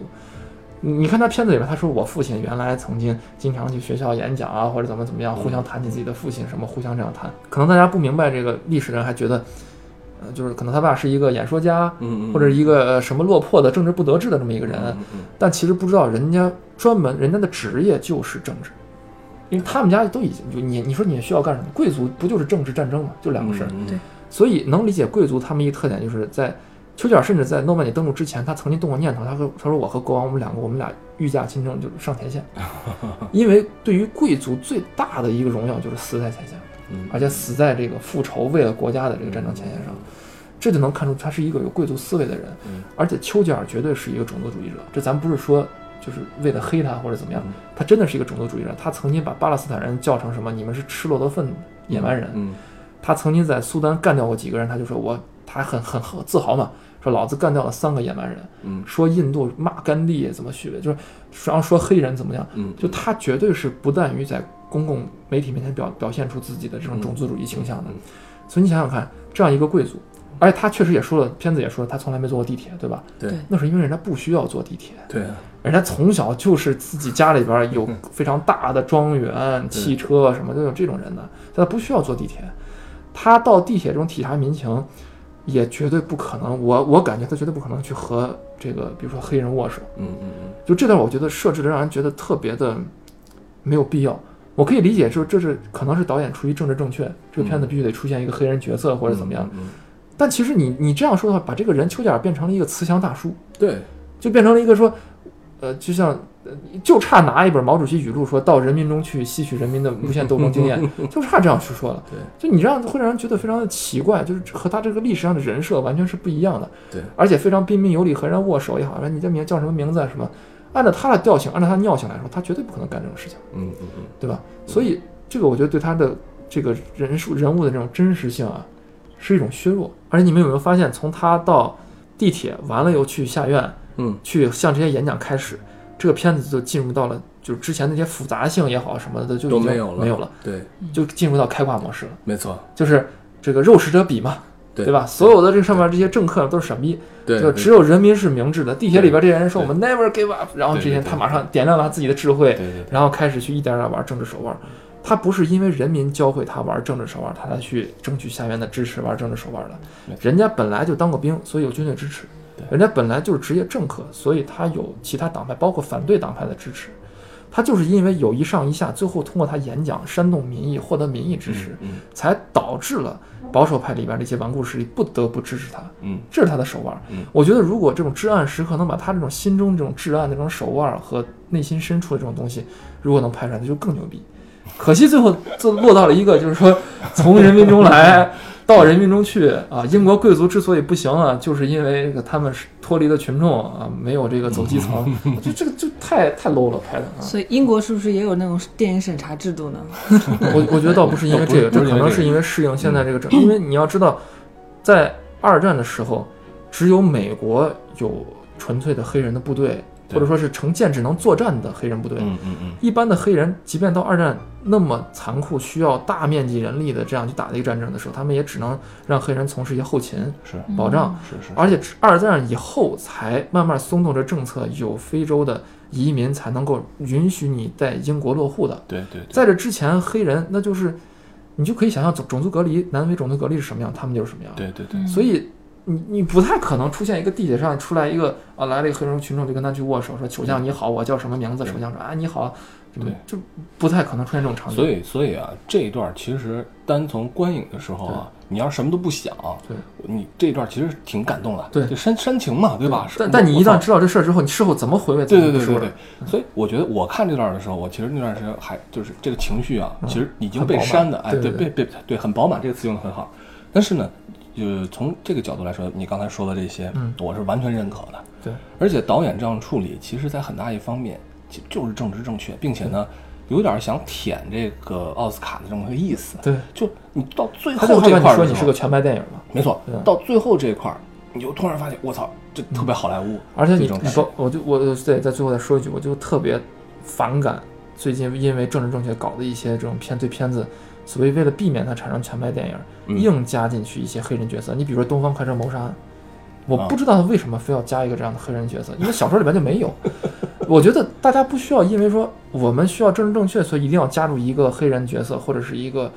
C: 你你看他片子里边，他说我父亲原来曾经经常去学校演讲啊，或者怎么怎么样，互
A: 嗯
C: 相谈起自己的父亲什么，互相这样谈。可能大家不明白这个历史人还觉得，呃，就是可能他爸是一个演说家，
A: 嗯嗯
C: 或者一个呃什么落魄的政治不得志的这么一个人，
A: 嗯嗯
C: 但其实不知道人家专门人家的职业就是政治，
A: 嗯
C: 因为他们家都已经就你你说你需要干什么？贵族不就是政治战争嘛，就两个事儿。
A: 嗯嗯嗯
B: 对
C: 所以能理解贵族他们一个特点，就是在丘吉尔甚至在诺曼底登陆之前，他曾经动过念头，他说他说我和国王我们两个我们俩御驾亲征，就是上
A: <laughs>
C: 前线，因为对于贵族最大的一个荣耀就是死在前线，
A: 嗯
C: 而且死在这个复仇为了国家的这个战争前线上，这就能看出他是一个有贵族思维的人
A: 嗯，
C: 而且丘吉尔绝对是一个种族主义者，这咱不是说。就是为了黑他或者怎么样
A: 嗯，
C: 他真的是一个种族主义者。他曾经把巴勒斯坦人叫成什么？你们是吃骆驼粪的野蛮人。
A: 嗯
C: 他曾经在苏丹干掉过几个人，他就说我他很很很自豪嘛，说老子干掉了三个野蛮人，
A: 嗯
C: 说印度骂甘地怎么虚伪，就是然后说黑人怎么样，
A: 嗯
C: 就他绝对是不但于在公共媒体面前表表现出自己的这种种族主义倾向的
A: 嗯嗯，
C: 所以你想想看，这样一个贵族，而且他确实也说了，片子也说了，他从来没坐过地铁，对吧？
A: 对
B: 对
C: 那是因为人家不需要坐地铁，
A: 对啊
C: 人家从小就是自己家里边儿有非常大的庄园、汽车什么，都有这种人的，他不需要坐地铁，他到地铁中体察民情，也绝对不可能。我我感觉他绝对不可能去和这个，比如说黑人握手，
A: 嗯嗯嗯
C: 就这段我觉得设置的让人觉得特别的没有必要。我可以理解，就是这是可能是导演出于政治正确，这个片子必须得出现一个黑人角色或者怎么样。
A: 嗯嗯嗯
C: 但其实你你这样说的话，把这个人丘吉尔变成了一个慈祥大叔，
A: 嗯对
C: 就变成了一个说，呃，就像呃就差拿一本毛主席语录说到人民中去吸取人民的无限斗争经
A: <laughs>
C: 验，就差这样去说了。
A: 对
C: 就你让会让人觉得非常的奇怪，就是和他这个历史上的人设完全是不一样的，
A: 对
C: 而且非常彬彬有礼，和人握手也好，说你这名叫什么名字啊什么，按照他的调性，按照他尿性来说，他绝对不可能干这种事情，
A: 嗯嗯嗯
C: 对吧？所以这个我觉得对他的这个人数人物的这种真实性啊，是一种削弱。而且你们有没有发现，从他到地铁完了又去下院，
A: 嗯
C: 去向这些演讲开始，这个片子就进入到了就是之前那些复杂性也好什么的就已
A: 都
C: 经
A: 没有了
C: 没有了，
A: 对
C: 就进入到开挂模式了，
A: 没错
C: 就是这个肉食者鄙嘛，
A: 对
C: 吧？所有的这上面这些政客都是傻逼，
A: 对，
C: 就只有人民是明智的。地铁里边这些人说我
A: 对
C: 们 never give up，然后这些人
A: 对对
C: 他马上点亮了他自己的智慧
A: 对，对
C: 然后开始去一点点玩政治手腕。他不是因为人民教会他玩政治手腕，他才去争取下面的支持玩政治手腕的
A: 没。错
C: 人家本来就当过兵，所以有军队支持
A: 对；
C: 人家本来就是职业政客，所以他有其他党派，包括反对党派的支持。他就是因为有一上一下，最后通过他演讲煽动民意，获得民意支
A: 对，
C: 持，
A: 嗯
C: 才导致了保守派里边这些顽固势力不得不支持他。
A: 嗯
C: 这是他的手腕。
A: 嗯
C: 我觉得如果这种至暗时刻能把他这种心中这种至暗、那种手腕和内心深处的这种东西，如果能拍出来，那就更牛逼。可惜最后就落到了一个，就是说从人民中来到人民中去啊。英国贵族之所以不行啊，就是因为这个他们是脱离了群众啊，没有这个走基层。我觉得这个就太太 low 了，拍的啊。
D: 所以英国是不是也有那种电影审查制度呢？
C: 我我觉得倒不是因为这个，
A: 哦不
C: 这
A: 是
C: 可
A: 不是因为这
C: 能
A: 个嗯
C: 是因为适应现在这个整，因为你要知道，在二战的时候，只有美国有纯粹的黑人的部队，
A: 对
C: 或者说是成建制能作战的黑人部队。
A: 嗯嗯嗯，
C: 一般的黑人，即便到二战那么残酷、需要大面积人力的这样去打的一个战争的时候，他们也只能让黑人从事一些后勤
A: 是
C: 保障。
A: 是是，
C: 嗯而且二战以后才慢慢松动这政策，有非洲的移民才能够允许你在英国落户的。
A: 对对对，
C: 在这之前，黑人那就是你就可以想象种种族隔离，南非种族隔离是什么样，他们就是什么样。，
A: 对对对，
C: 所以你你不太可能出现一个地铁上出来一个啊来了一个黑人群众就跟他去握手，说首相你好，我叫什么名字？
A: 对
C: 首相说啊你好，什么
A: 对
C: 就不太可能出现这种场景。
A: 所以所以啊，这一段其实单从观影的时候啊，你要什么都不想，
C: 对
A: 你这一段其实挺感动的，
C: 对
A: 就煽煽情嘛，对吧？是
C: 但但你一
A: 我
C: 旦
A: 操
C: 知道这事儿之后，你事后怎么回味？
A: 对对对
C: 怎么
A: 对
C: 不说
A: 对，所以我觉得我看这段的时候，我其实那段时间还就是这个情绪啊，
C: 嗯
A: 其实已经
C: 很
A: 被
C: 饱满
A: 删的，哎，
C: 对
A: 对，
C: 对
A: 被被对很饱满这个词用的很好，但是呢，呃，从这个角度来说，你刚才说的这些
C: 嗯，
A: 我是完全认可的，
C: 对
A: 而且导演这样处理，其实在很大一方面其就是政治正确，并且呢，有点想舔这个奥斯卡的这么个意思。
C: 对，
A: 就你到最
C: 他就
A: 后
C: 害
A: 这块儿
C: 怕你说
A: 的
C: 你
A: 时
C: 是个嗯
A: 候，
C: 全白电影嘛。
A: 没错
C: 对，
A: 到最后这一块儿，你就突然发现，我操，这特别好莱坞。
C: 嗯而且你
A: 这种
C: 你
A: 感觉
C: 包，我就我我对，在最后再说一句，我就特别反感最近因为政治正确搞的一些这种片对片子，所谓为了避免它产生全白电影，
A: 嗯
C: 硬加进去一些黑人角色。你比如说《东方快车谋杀案》，我
A: 啊
C: 不知道他为什么非要加一个这样的黑人角色，因为小说里面就没有。 <laughs> 我觉得大家不需要因为说我们需要政治正确，所以一定要加入一个黑人角色或者是一个，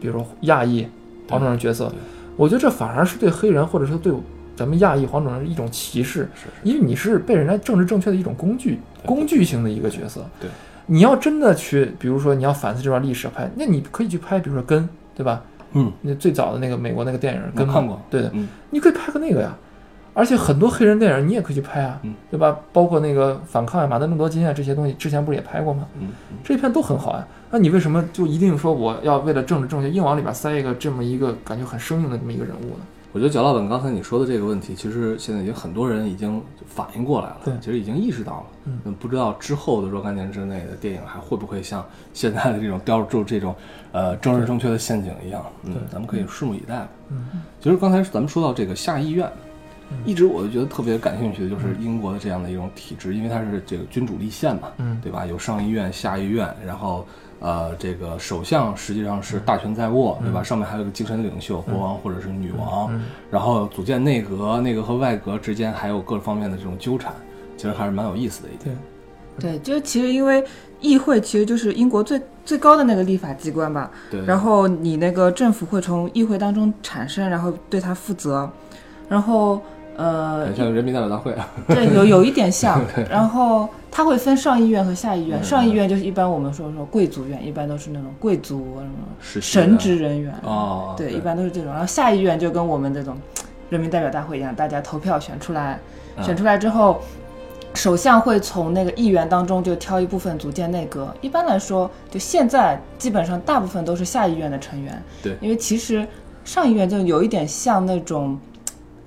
C: 比如说亚裔黄种人角色
A: 对。
C: 我觉得这反而是对黑人或者说对咱们亚裔黄种人一种歧视。
A: 是是，
C: 因为你是被人家政治正确的一种工具，
A: 对
C: 工具性的一个角色。
A: 对，
C: 你要真的去，比如说你要反思这段历史拍，那你可以去拍，比如说根，对吧？
A: 嗯，
C: 那最早的那个美国那个电影
A: 我
C: 根嘛
A: 看过。
C: 对的，
A: 嗯，
C: 你可以拍个那个呀。而且很多黑人电影你也可以去拍啊，
A: 嗯
C: 对吧？包括那个反抗呀、马丁路德金啊这些东西，之前不是也拍过吗？
A: 嗯
C: 这片都很好啊。那你为什么就一定说我要为了政治正确硬往里边塞一个这么一个感觉很生硬的这么一个人物呢？
A: 我觉得贾老板刚才你说的这个问题，其实现在已经很多人已经反应过来了，
C: 对
A: 其实已经意识到了。
C: 嗯，
A: 不知道之后的若干年之内的电影还会不会像现在的这种掉入这种呃政治正确的陷阱一样？嗯
C: 对，
A: 咱们可以拭目以待吧。
C: 嗯，
A: 其实刚才咱们说到这个下议院，
D: 嗯
A: 一直我就觉得特别感兴趣的就是英国的这样的一种体制，因为它是这个君主立宪嘛，
C: 嗯
A: 对吧？有上议院、下议院，然后呃，这个首相实际上是大权在握，对
D: 嗯
A: 吧？上面还有一个精神领袖，国王或者是女王，然后组建内阁，内阁和外阁之间还有各方面的这种纠缠，其实还是蛮有意思的一点。
D: 对，
C: 对，
D: 就是其实因为议会其实就是英国最最高的那个立法机关吧，
A: 对，
D: 然后你那个政府会从议会当中产生，然后对它负责，然后呃
A: 很，像人民代表大会啊，
D: 对，有有一点像，然后它会分上议院和下议院，上议院就是一般我们说说贵族院，一般都是那种贵族啊什么
A: 实习的
D: 神职人员，
A: 哦，
D: 对，一般都是这种。然后下议院就跟我们这种人民代表大会一样，大家投票选出来，
A: 嗯
D: 选出来之后，首相会从那个议员当中就挑一部分组建内阁。一般来说，就现在基本上大部分都是下议院的成员，
A: 对
D: 因为其实上议院就有一点像那种。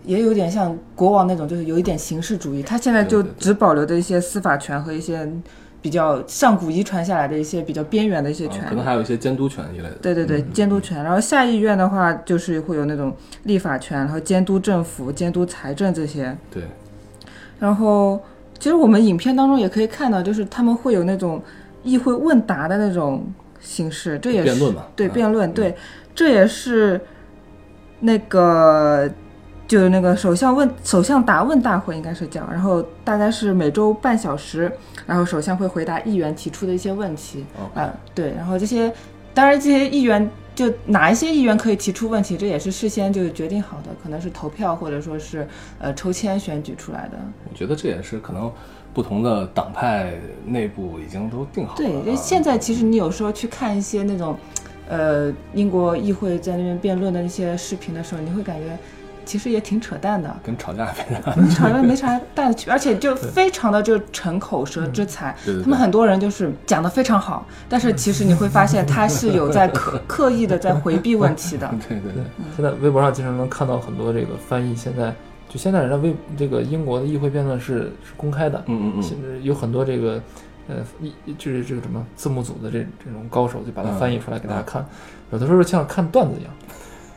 D: 也有点像国王那种，就是有一点形式主义。他现在就
A: 对对对
D: 只保留着一些司法权和一些比较上古遗传下来的一些比较边缘的一些权利。
A: 啊可能还有一些监督权一类的。
D: 对对对，监督权。然后下议院的话，就是会有那种立法权，然后监督政府、监督财政这些。
A: 对，
D: 然后，其实我们影片当中也可以看到，就是他们会有那种议会问答的那种形式，这也是
A: 辩论嘛
D: 对
A: 嗯
D: 辩论，对，这也是那个就是那个首相问首相答问大会应该是这样，然后大概是每周半小时，然后首相会回答议员提出的一些问题。
A: OK
D: 啊，对，然后这些当然这些议员就哪一些议员可以提出问题，这也是事先就是决定好的，可能是投票或者说是呃抽签选举出来的。
A: 我觉得这也是可能不同的党派内部已经都定好了。，
D: 对，
C: 啊
D: 就现在其实你有时候去看一些那种，呃，英国议会在那边辩论的那些视频的时候，你会感觉其实也挺扯淡的
C: <laughs>
A: 跟吵架没啥。
D: 好像没啥大的区别，而且就非常的就逞口
C: 嗯
D: 舌之才。
A: 对对对
D: 他们很多人就是讲的非常好，但是其实你会发现他是有在
C: <laughs>
D: 刻刻意的在回避问题的。
A: 对对
C: 对
A: 对，，
C: 现在微博上经常能看到很多这个翻译，现在就现在人家微这个英国的议会辩论是是公开的，
A: 嗯嗯
C: 现
A: 嗯，
C: 在有很多这个呃一就是这个什么字幕组的这这种高手就把它翻译出来给大家
A: 嗯
C: 看，有的时候像看段子一样，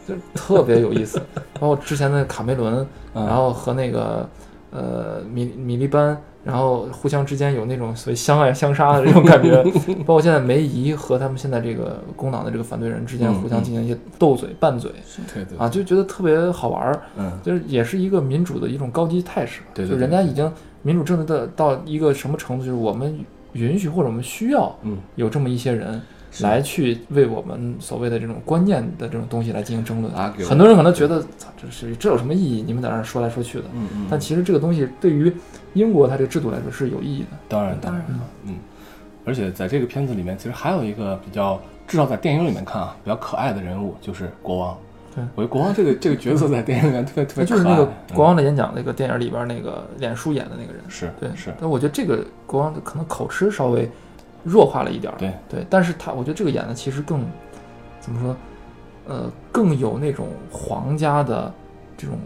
C: 就是特别有
A: <laughs>
C: 意思。包括之前的卡梅伦，
A: 嗯
C: 然后和那个呃米米利班，然后互相之间有那种所谓相爱相杀的这种感
A: <laughs>
C: 觉，包括现在梅姨和他们现在这个工党的这个反对人之间
A: 嗯
C: 互相进行一些斗嘴、拌嘴
A: 对对
C: 啊，，就觉得特别好玩儿。
A: 嗯
C: 就是也是一个民主的一种高级态势吧。
A: 对对
C: 就
A: 对
C: 人家已经民主政治的到一个什么程度，就是我们允许或者我们需要
A: 嗯，
C: 有这么一些人来去为我们所谓的这种观念的这种东西来进行争论。
A: 啊给我
C: 很多人可能觉得，操，这是这有什么意义？你们在那儿说来说去的。
A: 嗯嗯，
C: 但其实这个东西对于英国它这个制度来说是有意义的。
A: 当然当然了，嗯，而且在这个片子里面，其实还有一个比较，至少在电影里面看啊，比较可爱的人物就是国王。
C: 对
A: 我觉得国王这个这个角色在电影里面特别特别
C: 就
A: 可爱。
C: 是那个
A: 嗯
C: 国王的演讲，那个电影里边那个脸书演的那个人。
A: 是
C: 对，
A: 是，
C: 但我觉得这个国王可能口吃稍微弱化了一点儿。
A: 对
C: 对，但是他我觉得这个演的其实更怎么说，呃，更有那种皇家的这种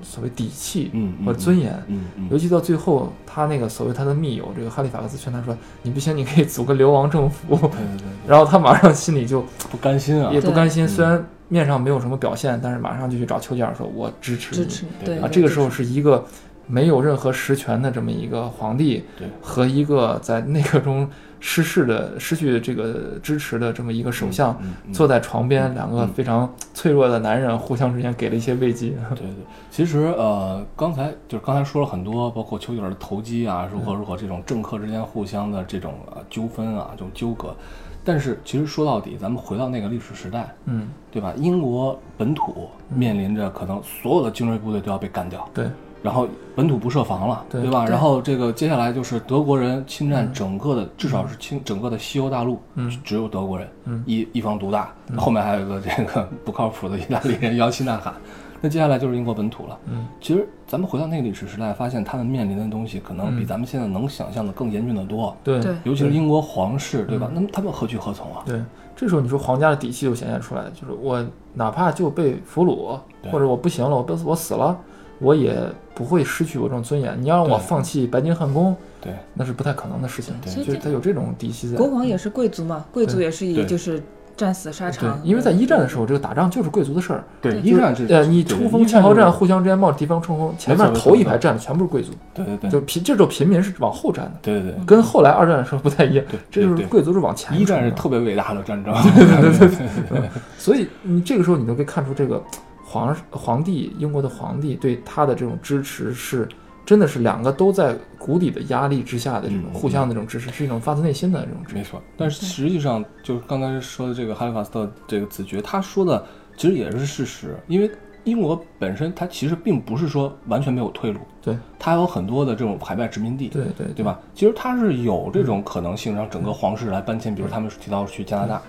C: 所谓底气
A: 嗯嗯
C: 和尊严。
A: 嗯嗯，
C: 尤其到最后，他那个所谓他的密友这个哈利法克斯劝他说：“你不行，你可以组个流亡政府。 <laughs>
A: 对对对”对，
C: 然后他马上心里就
A: 不甘心啊
C: 也，不甘心，
A: 嗯
C: 虽然面上没有什么表现，但是马上就去找丘吉尔说：“我支持你。
D: 支持
A: 对
D: 对
C: 啊，
D: 对
C: 这个
D: 支
C: 时候
D: 持
C: 是一个没有任何实权的这么一个皇帝
A: 对，
C: 和一个在内阁中失势的、失去这个支持的这么一个首相，
A: 嗯嗯
C: 坐在床边，两个
A: 嗯
C: 非常脆弱的男人互相之间给了一些慰藉。
A: 对对，其实呃，刚才就是刚才说了很多，包括丘吉尔的投机啊，如何如何这种政客之间互相的这种呃纠纷啊，这种纠葛。但是其实说到底，咱们回到那个历史时代，
C: 嗯，
A: 对吧？英国本土面临着可能所有的精锐部队都要被干掉，
C: 对，
A: 然后本土不设防了，
C: 对
A: 对吧？然后这个接下来就是德国人侵占整个的，至少是侵整个的西欧大陆，
C: 嗯
A: 只有德国人，
C: 嗯
A: 一一方独大。后面还有一个这个不靠谱的意大利人摇旗呐喊。 <laughs> 那接下来就是英国本土了。
C: 嗯，
A: 其实咱们回到那个历史时代，发现他们面临的东西可能比咱们现在能想象的更严峻的多。
C: 对
D: 对
A: 尤其是英国皇室，对吧？那么他们何去何从啊？
C: 对，这时候你说皇家的底气就显现出来，就是我哪怕就被俘虏，
A: 对
C: 或者我不行了，我被我死了，我也不会失去我这种尊严。你要让我
A: 对
C: 放弃白金汉宫，
A: 对，
C: 那是不太可能的事情。
A: 对
D: 所以
C: 就是
D: 这
C: 他有这种底气在。
D: 国王也是贵族嘛，贵族
C: 对
D: 也是
A: 对
D: 以就是战死沙
C: 对
D: 场，，
C: 因为在一战的时候，这个打仗就是贵族的事儿。
A: 对，
D: 对
A: 一战这
C: 呃，你冲锋堑壕战，，互相之间冒着敌方冲锋，前面头一排站的全部是贵族，
A: 对对对
C: 就贫这时候平民是往后站的，
A: 对对对。
C: 跟后来二战的时候不太一样
A: 对，
C: 这就是贵族是往前
A: 一战
C: 冲
A: 是
C: 的。
A: 特别伟大的战
C: <laughs>
A: 争， <laughs> 对对对对
C: 所以你这个时候你就可以看出这个皇皇帝英国的皇帝对他的这种支持是。真的是两个都在谷底的压力之下的这种
A: 嗯
C: 互相的这种支持，是一种发自内心的这种支持。
A: 没错，但是实际上，就是刚才说的这个哈利法斯特这个子爵，他说的其实也是事实，因为英国本身它其实并不是说完全没有退路，
C: 对
A: 它有很多的这种海外殖民地，
C: 对对
A: 对吧？其实它是有这种可能性，让整个皇室来搬迁，比如他们提到去加拿大，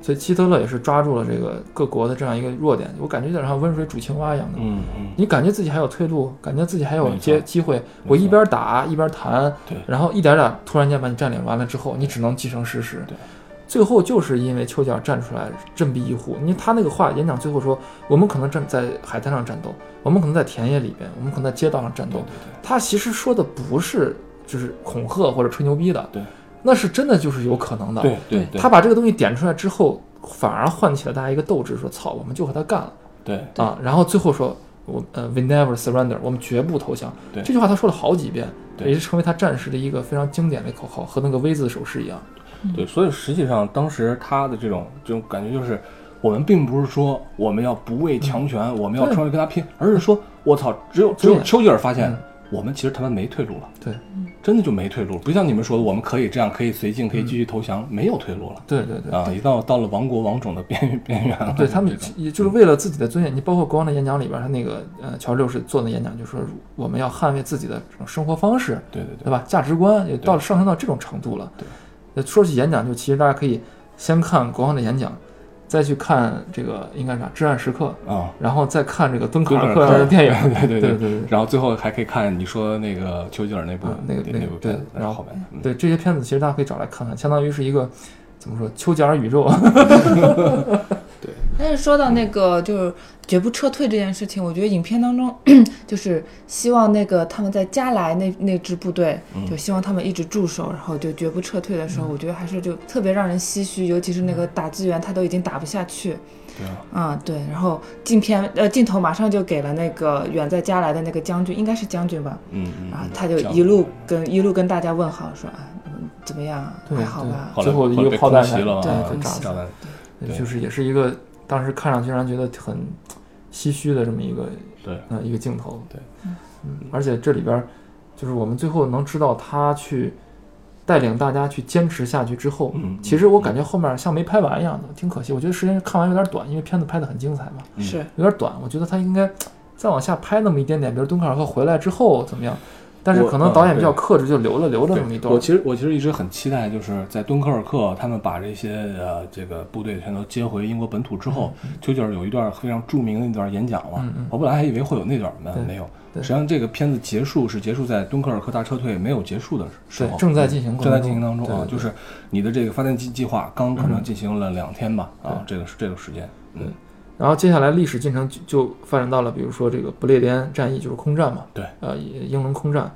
C: 所以希特勒也是抓住了这个各国的这样一个弱点，我感觉有点像温水煮青蛙一样的。
A: 嗯嗯，
C: 你感觉自己还有退路，感觉自己还有
A: 没错
C: 接机会，我一边打一边谈，
A: 对
C: 然后一点点突然间把你占领完了之后，你只能既成事实。
A: 对，
C: 最后就是因为丘吉尔站出来振臂一呼，因为他那个话演讲最后说，我们可能站在海滩上战斗，我们可能在田野里边，我们可能在街道上战斗
A: 对。对
C: 他其实说的不是就是恐吓或者吹牛逼的，
A: 对，
C: 那是真的就是有可能的。
A: 对对对，
C: 他把这个东西点出来之后，反而唤起了大家一个斗志，说操，我们就和他干了。
A: 对
C: 啊，然后最后说，我呃，we never surrender，我们绝不投降。
A: 对
C: 这句话他说了好几遍，
A: 对
C: 也是成为他战时的一个非常经典的口号，和那个 V 字手势一样。
A: 对，所以实际上当时他的这种这种感觉就是，我们并不是说我们要不畏强权，我们要冲上去跟他拼，而是说，我操，只有只有
C: 嗯对嗯
A: 丘吉尔发现，我们其实他妈没退路了，
C: 对
A: 真的就没退路了，不像你们说的，我们可以这样，可以绥靖，可以继续投降，没有退路了。
C: 对嗯对对，
A: 啊，一到到了亡国亡种的边边缘了。
C: 对他们
A: 这种
C: 也就是为了自己的尊严，你包括国王的演讲里边，他那个呃乔治六世做的演讲，就说我们要捍卫自己的这种生活方式，
A: 对对对
C: 对吧？价值观也到了上升到这种程度了。
A: 对
C: 对，说起演讲，就其实大家可以先看国王的演讲，再去看这个应该是啥《至暗时刻》，
A: 啊，
C: 然后再看这个敦刻
A: 敦刻
C: 尔
A: 尔
C: 克的
A: 克
C: 电影。
A: <laughs> 对对
C: 对对
A: 对
C: 对对
A: 然后最后还可以看你说那个丘吉尔那部
C: 啊那个那
A: 那
C: 个
A: 部
C: 对
A: 片子，
C: 然后
A: 后面嗯
C: 对这些片子，其实大家可以找来看看，相当于是一个怎么说丘吉尔宇宙。
D: 但是说到那个就是绝不撤退这件事情，我觉得影片当中就是希望那个他们在加莱那那支部队，
A: 嗯
D: 就希望他们一直驻守，然后就绝不撤退的时候，我觉得还是就特别让人唏嘘，尤其是那个打字员他都已经打不下去，
A: 嗯对啊，
D: 啊、对，然后镜片呃镜头马上就给了那个远在加莱的那个将军，应该是将军吧，
A: 嗯嗯
D: 啊
A: 嗯，
D: 他就
A: 这样
D: 一路跟一路跟大家问好说啊、嗯怎么样啊，
C: 对
D: 还好
C: 对
D: 吧？
A: 后来
C: 最后一个
A: 后来被
C: 炮弹
A: 空袭了
D: 对
A: 啊
D: 空，
A: 炸
D: 袭
A: 炸弹对
C: <laughs> 就是也是一个当时看上去让人觉得很唏嘘的这么一个
A: 对
C: 呃一个镜头。
A: 对，
C: 嗯，而且这里边儿就是我们最后能知道他去带领大家去坚持下去之后，
A: 嗯嗯
C: 其实我感觉后面像没拍完一样的，挺可惜。我觉得时间看完有点短，因为片子拍的很精彩嘛，
A: 嗯
D: 是
C: 有点短。我觉得他应该再往下拍那么一点点，比如敦刻尔克回来之后怎么样。但是
A: 我
C: 可
A: 嗯
C: 能导演比较
A: 对
C: 克制，就留了留了
A: 对
C: 这么一段
A: 我。其实我其实一直很期待，就是在敦刻尔克他们把这些呃这个部队全都接回英国本土之后，丘吉尔有一段非常著名的那段演讲嘛
C: 嗯嗯，
A: 我本来还以为会有那段呢，
C: 对
A: 没有。
C: 对
A: 实际上这个片子结束是结束在敦刻尔克大撤退没有结束的时
C: 对
A: 候，，
C: 嗯正在进行过
A: 正
C: 程
A: 在进行当中
C: 对嗯
A: 啊，
C: 对
A: 就是你的这个发电机计划刚可能进行了两天吧，啊，这个是这个时间，嗯，
C: 然后接下来历史进程就就发展到了，比如说这个不列颠战役就是空战嘛，
A: 对，
C: 呃，英伦空战，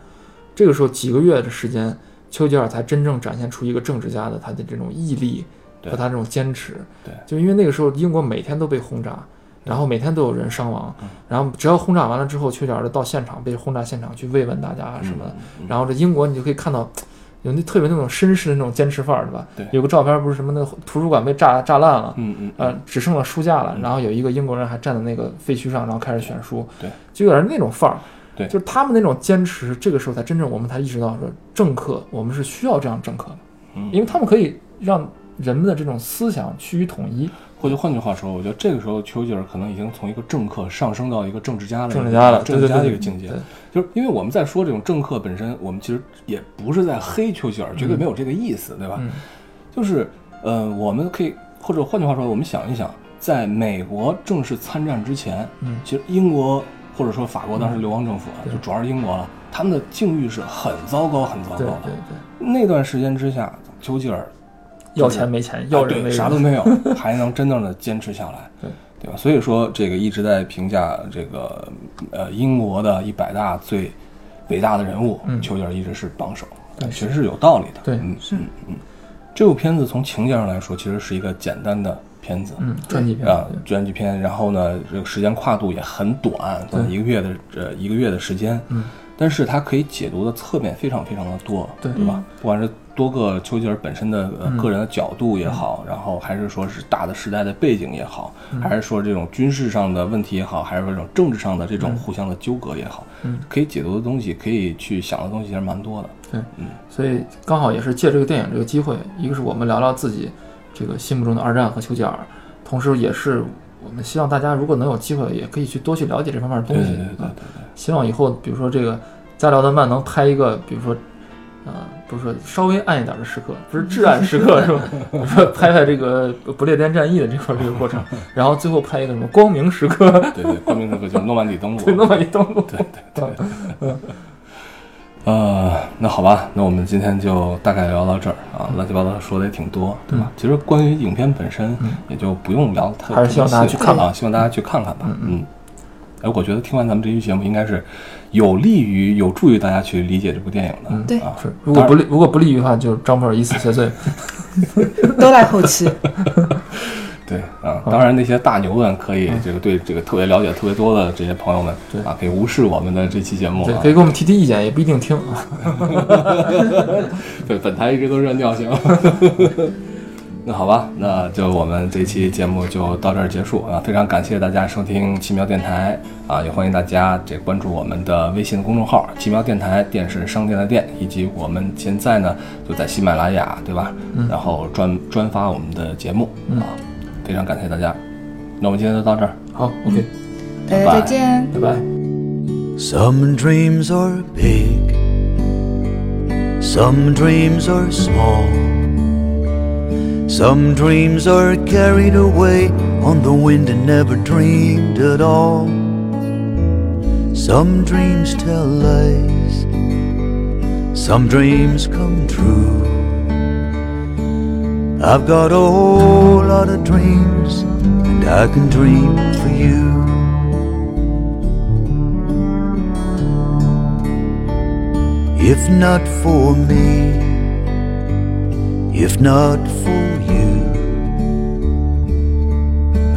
C: 这个时候几个月的时间，丘吉尔才真正展现出一个政治家的他的这种毅力
A: 对
C: 和他这种坚持，
A: 对
C: 就因为那个时候英国每天都被轰炸，然后每天都有人伤亡，然后只要轰炸完了之后，丘吉尔就到现场被轰炸现场去慰问大家啊什么
A: 嗯
C: 的，然后这英国你就可以看到。有那特别那种绅士的那种坚持范儿，对吧？
A: 对
C: 有个照片不是什么那图书馆被炸炸烂了，
A: 嗯嗯，
C: 呃，只剩了书架了，
A: 嗯
C: 然后有一个英国人还站在那个废墟上，然后开始选书，
A: 对，
C: 就有点那种范儿，
A: 对
C: 就是他们那种坚持，这个时候才真正我们才意识到说，政客我们是需要这样政客的，
A: 嗯
C: 因为他们可以让人们的这种思想趋于统一，
A: 或者换句话说，我觉得这个时候丘吉尔可能已经从一个政客上升到一个政治家了，
C: 政治家了，
A: 嗯
C: 对
A: 政
C: 对
A: 治
C: 对
A: 家
C: 对
A: 的一个境界
C: 对。
A: 就是因为我们在说这种政客本身，我们其实也不是在黑丘吉尔，绝对没有这个意思，对吧？
C: 嗯
A: 就是，呃，我们可以，或者换句话说，我们想一想，在美国正式参战之前，
C: 嗯
A: 其实英国或者说法国当时流亡政府啊，
C: 对
A: 就主要是英国了，他们的境遇是很糟糕、很糟糕
C: 对
A: 的。
C: 对对，
A: 那段时间之下，丘吉尔
C: 要钱没钱，要
A: 要
C: 人
A: 啊对
C: 没人，
A: 啥都没有，还能真正的坚持下来，
C: 对
A: 对吧？所以说，这个一直在评价这个呃英国的一百大最伟大的人物，
C: 嗯
A: 丘吉尔一直是榜首，
C: 对
A: 其实是有道理的。
C: 对
A: 嗯嗯嗯。这部片子从情节上来说，其实是一个简单的片子，
C: 嗯，传记片
A: 啊
C: 对，
A: 传记片，然后呢，这个时间跨度也很短，可能
C: 对
A: 一个月的呃一个月的时间，
C: 嗯，
A: 但是它可以解读的侧面非常非常的多，
C: 对
A: 对吧？不管是多个丘吉尔本身的呃
C: 嗯
A: 个人的角度也好，然后还是说是大的时代的背景也好，还是说这种军事上的问题也好，还是说这种政治上的这种互相的纠葛也好，
C: 嗯
A: 可以解读的东西，可以去想的东西其实蛮多的，
C: 对，
A: 嗯
C: 所以刚好也是借这个电影这个机会，一个是我们聊聊自己这个心目中的二战和丘吉尔，同时也是我们希望大家如果能有机会，也可以去多去了解这方面的
A: 对
C: 东
A: 对
C: 西。
A: 对对对
C: 啊希望以后比如说这个加辽德曼能拍一个，比如说。啊、不是说稍微暗一点的时刻，不是至暗时
A: <laughs>
C: 刻是吧？我说拍拍这个不列颠战役的这块儿这个
A: <laughs>
C: 过程，然后最后拍一个什么光明时刻， <laughs>
A: 对对对，光明时刻就是诺曼底登陆，
C: 对，那么一登陆，
A: 对对对，呃，那好吧，那我们今天就大概聊到这儿啊，乱七八糟说的也挺多，对
C: 嗯
A: 吧？其实关于影片本身，也就不用聊太，
C: 还是希望大家去看
A: 啊，希望大家去看看吧，嗯。哎，我觉得听完咱们这期节目，应该是有利于、有助于大家去理解这部电影的。
C: 嗯
D: 对
A: 啊，
C: 是如果
A: 当然
C: 不利如果不利于的话，就张博尔以死谢罪。
D: 都赖
A: <laughs>
D: 后期，
A: 对
C: 嗯
A: 啊，当然那些大牛们可以这个对这个特别了解、特别多的这些朋友们
C: 对
A: 啊，可以无视我们的这期节目
C: 对，
A: 啊
C: 可。以给我们提提意见，也不一定听啊。
A: 对，本台一直都是按调性。 <laughs> 那好吧，那就我们这期节目就到这儿结束啊！非常感谢大家收听奇妙电台啊，也欢迎大家这关注我们的微信公众号“奇妙电台”，电是商店的店，以及我们现在呢就在喜马拉雅对吧？然后专专发我们的节目啊，非常感谢大家。那我们今天就到这儿，
C: 好，OK，
D: 大家
A: 拜
D: 呃再
A: 拜
D: 见。
C: 拜拜。
E: Some dreams are big, some dreams are small, some dreams are carried away on the wind and never dreamed at all. Some dreams tell lies, some dreams come true. I've got a whole lot of dreams, and I can dream for you. If not for me, if not for you,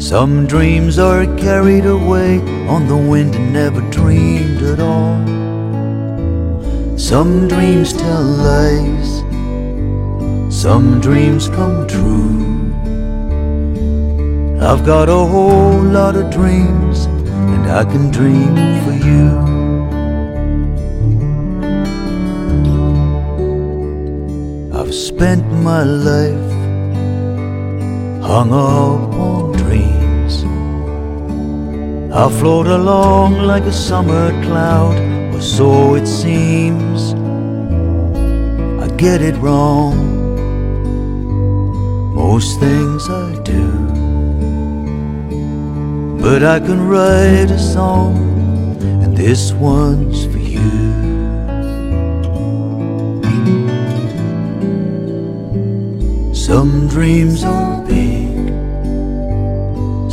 E: some dreams are carried away on the wind and never dreamed at all. Some dreams tell lies, some dreams come true. I've got a whole lot of dreams, and I can dream for you. I've spent my life hung up on dreams. I float along like a summer cloud, or so it seems. I get it wrong. Most things I do. But I can write a song, and this one's for you. Some dreams are big,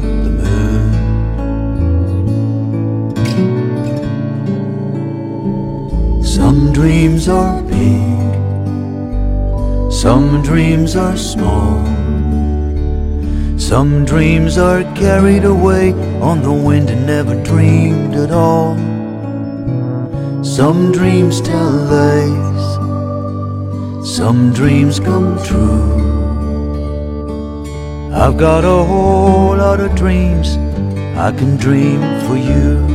E: the moon. Some dreams are big, some dreams are small, some dreams are carried away on the wind and never dreamed at all. Some dreams tell lies, some dreams come true. I've got a whole lot of dreams, I can dream for you.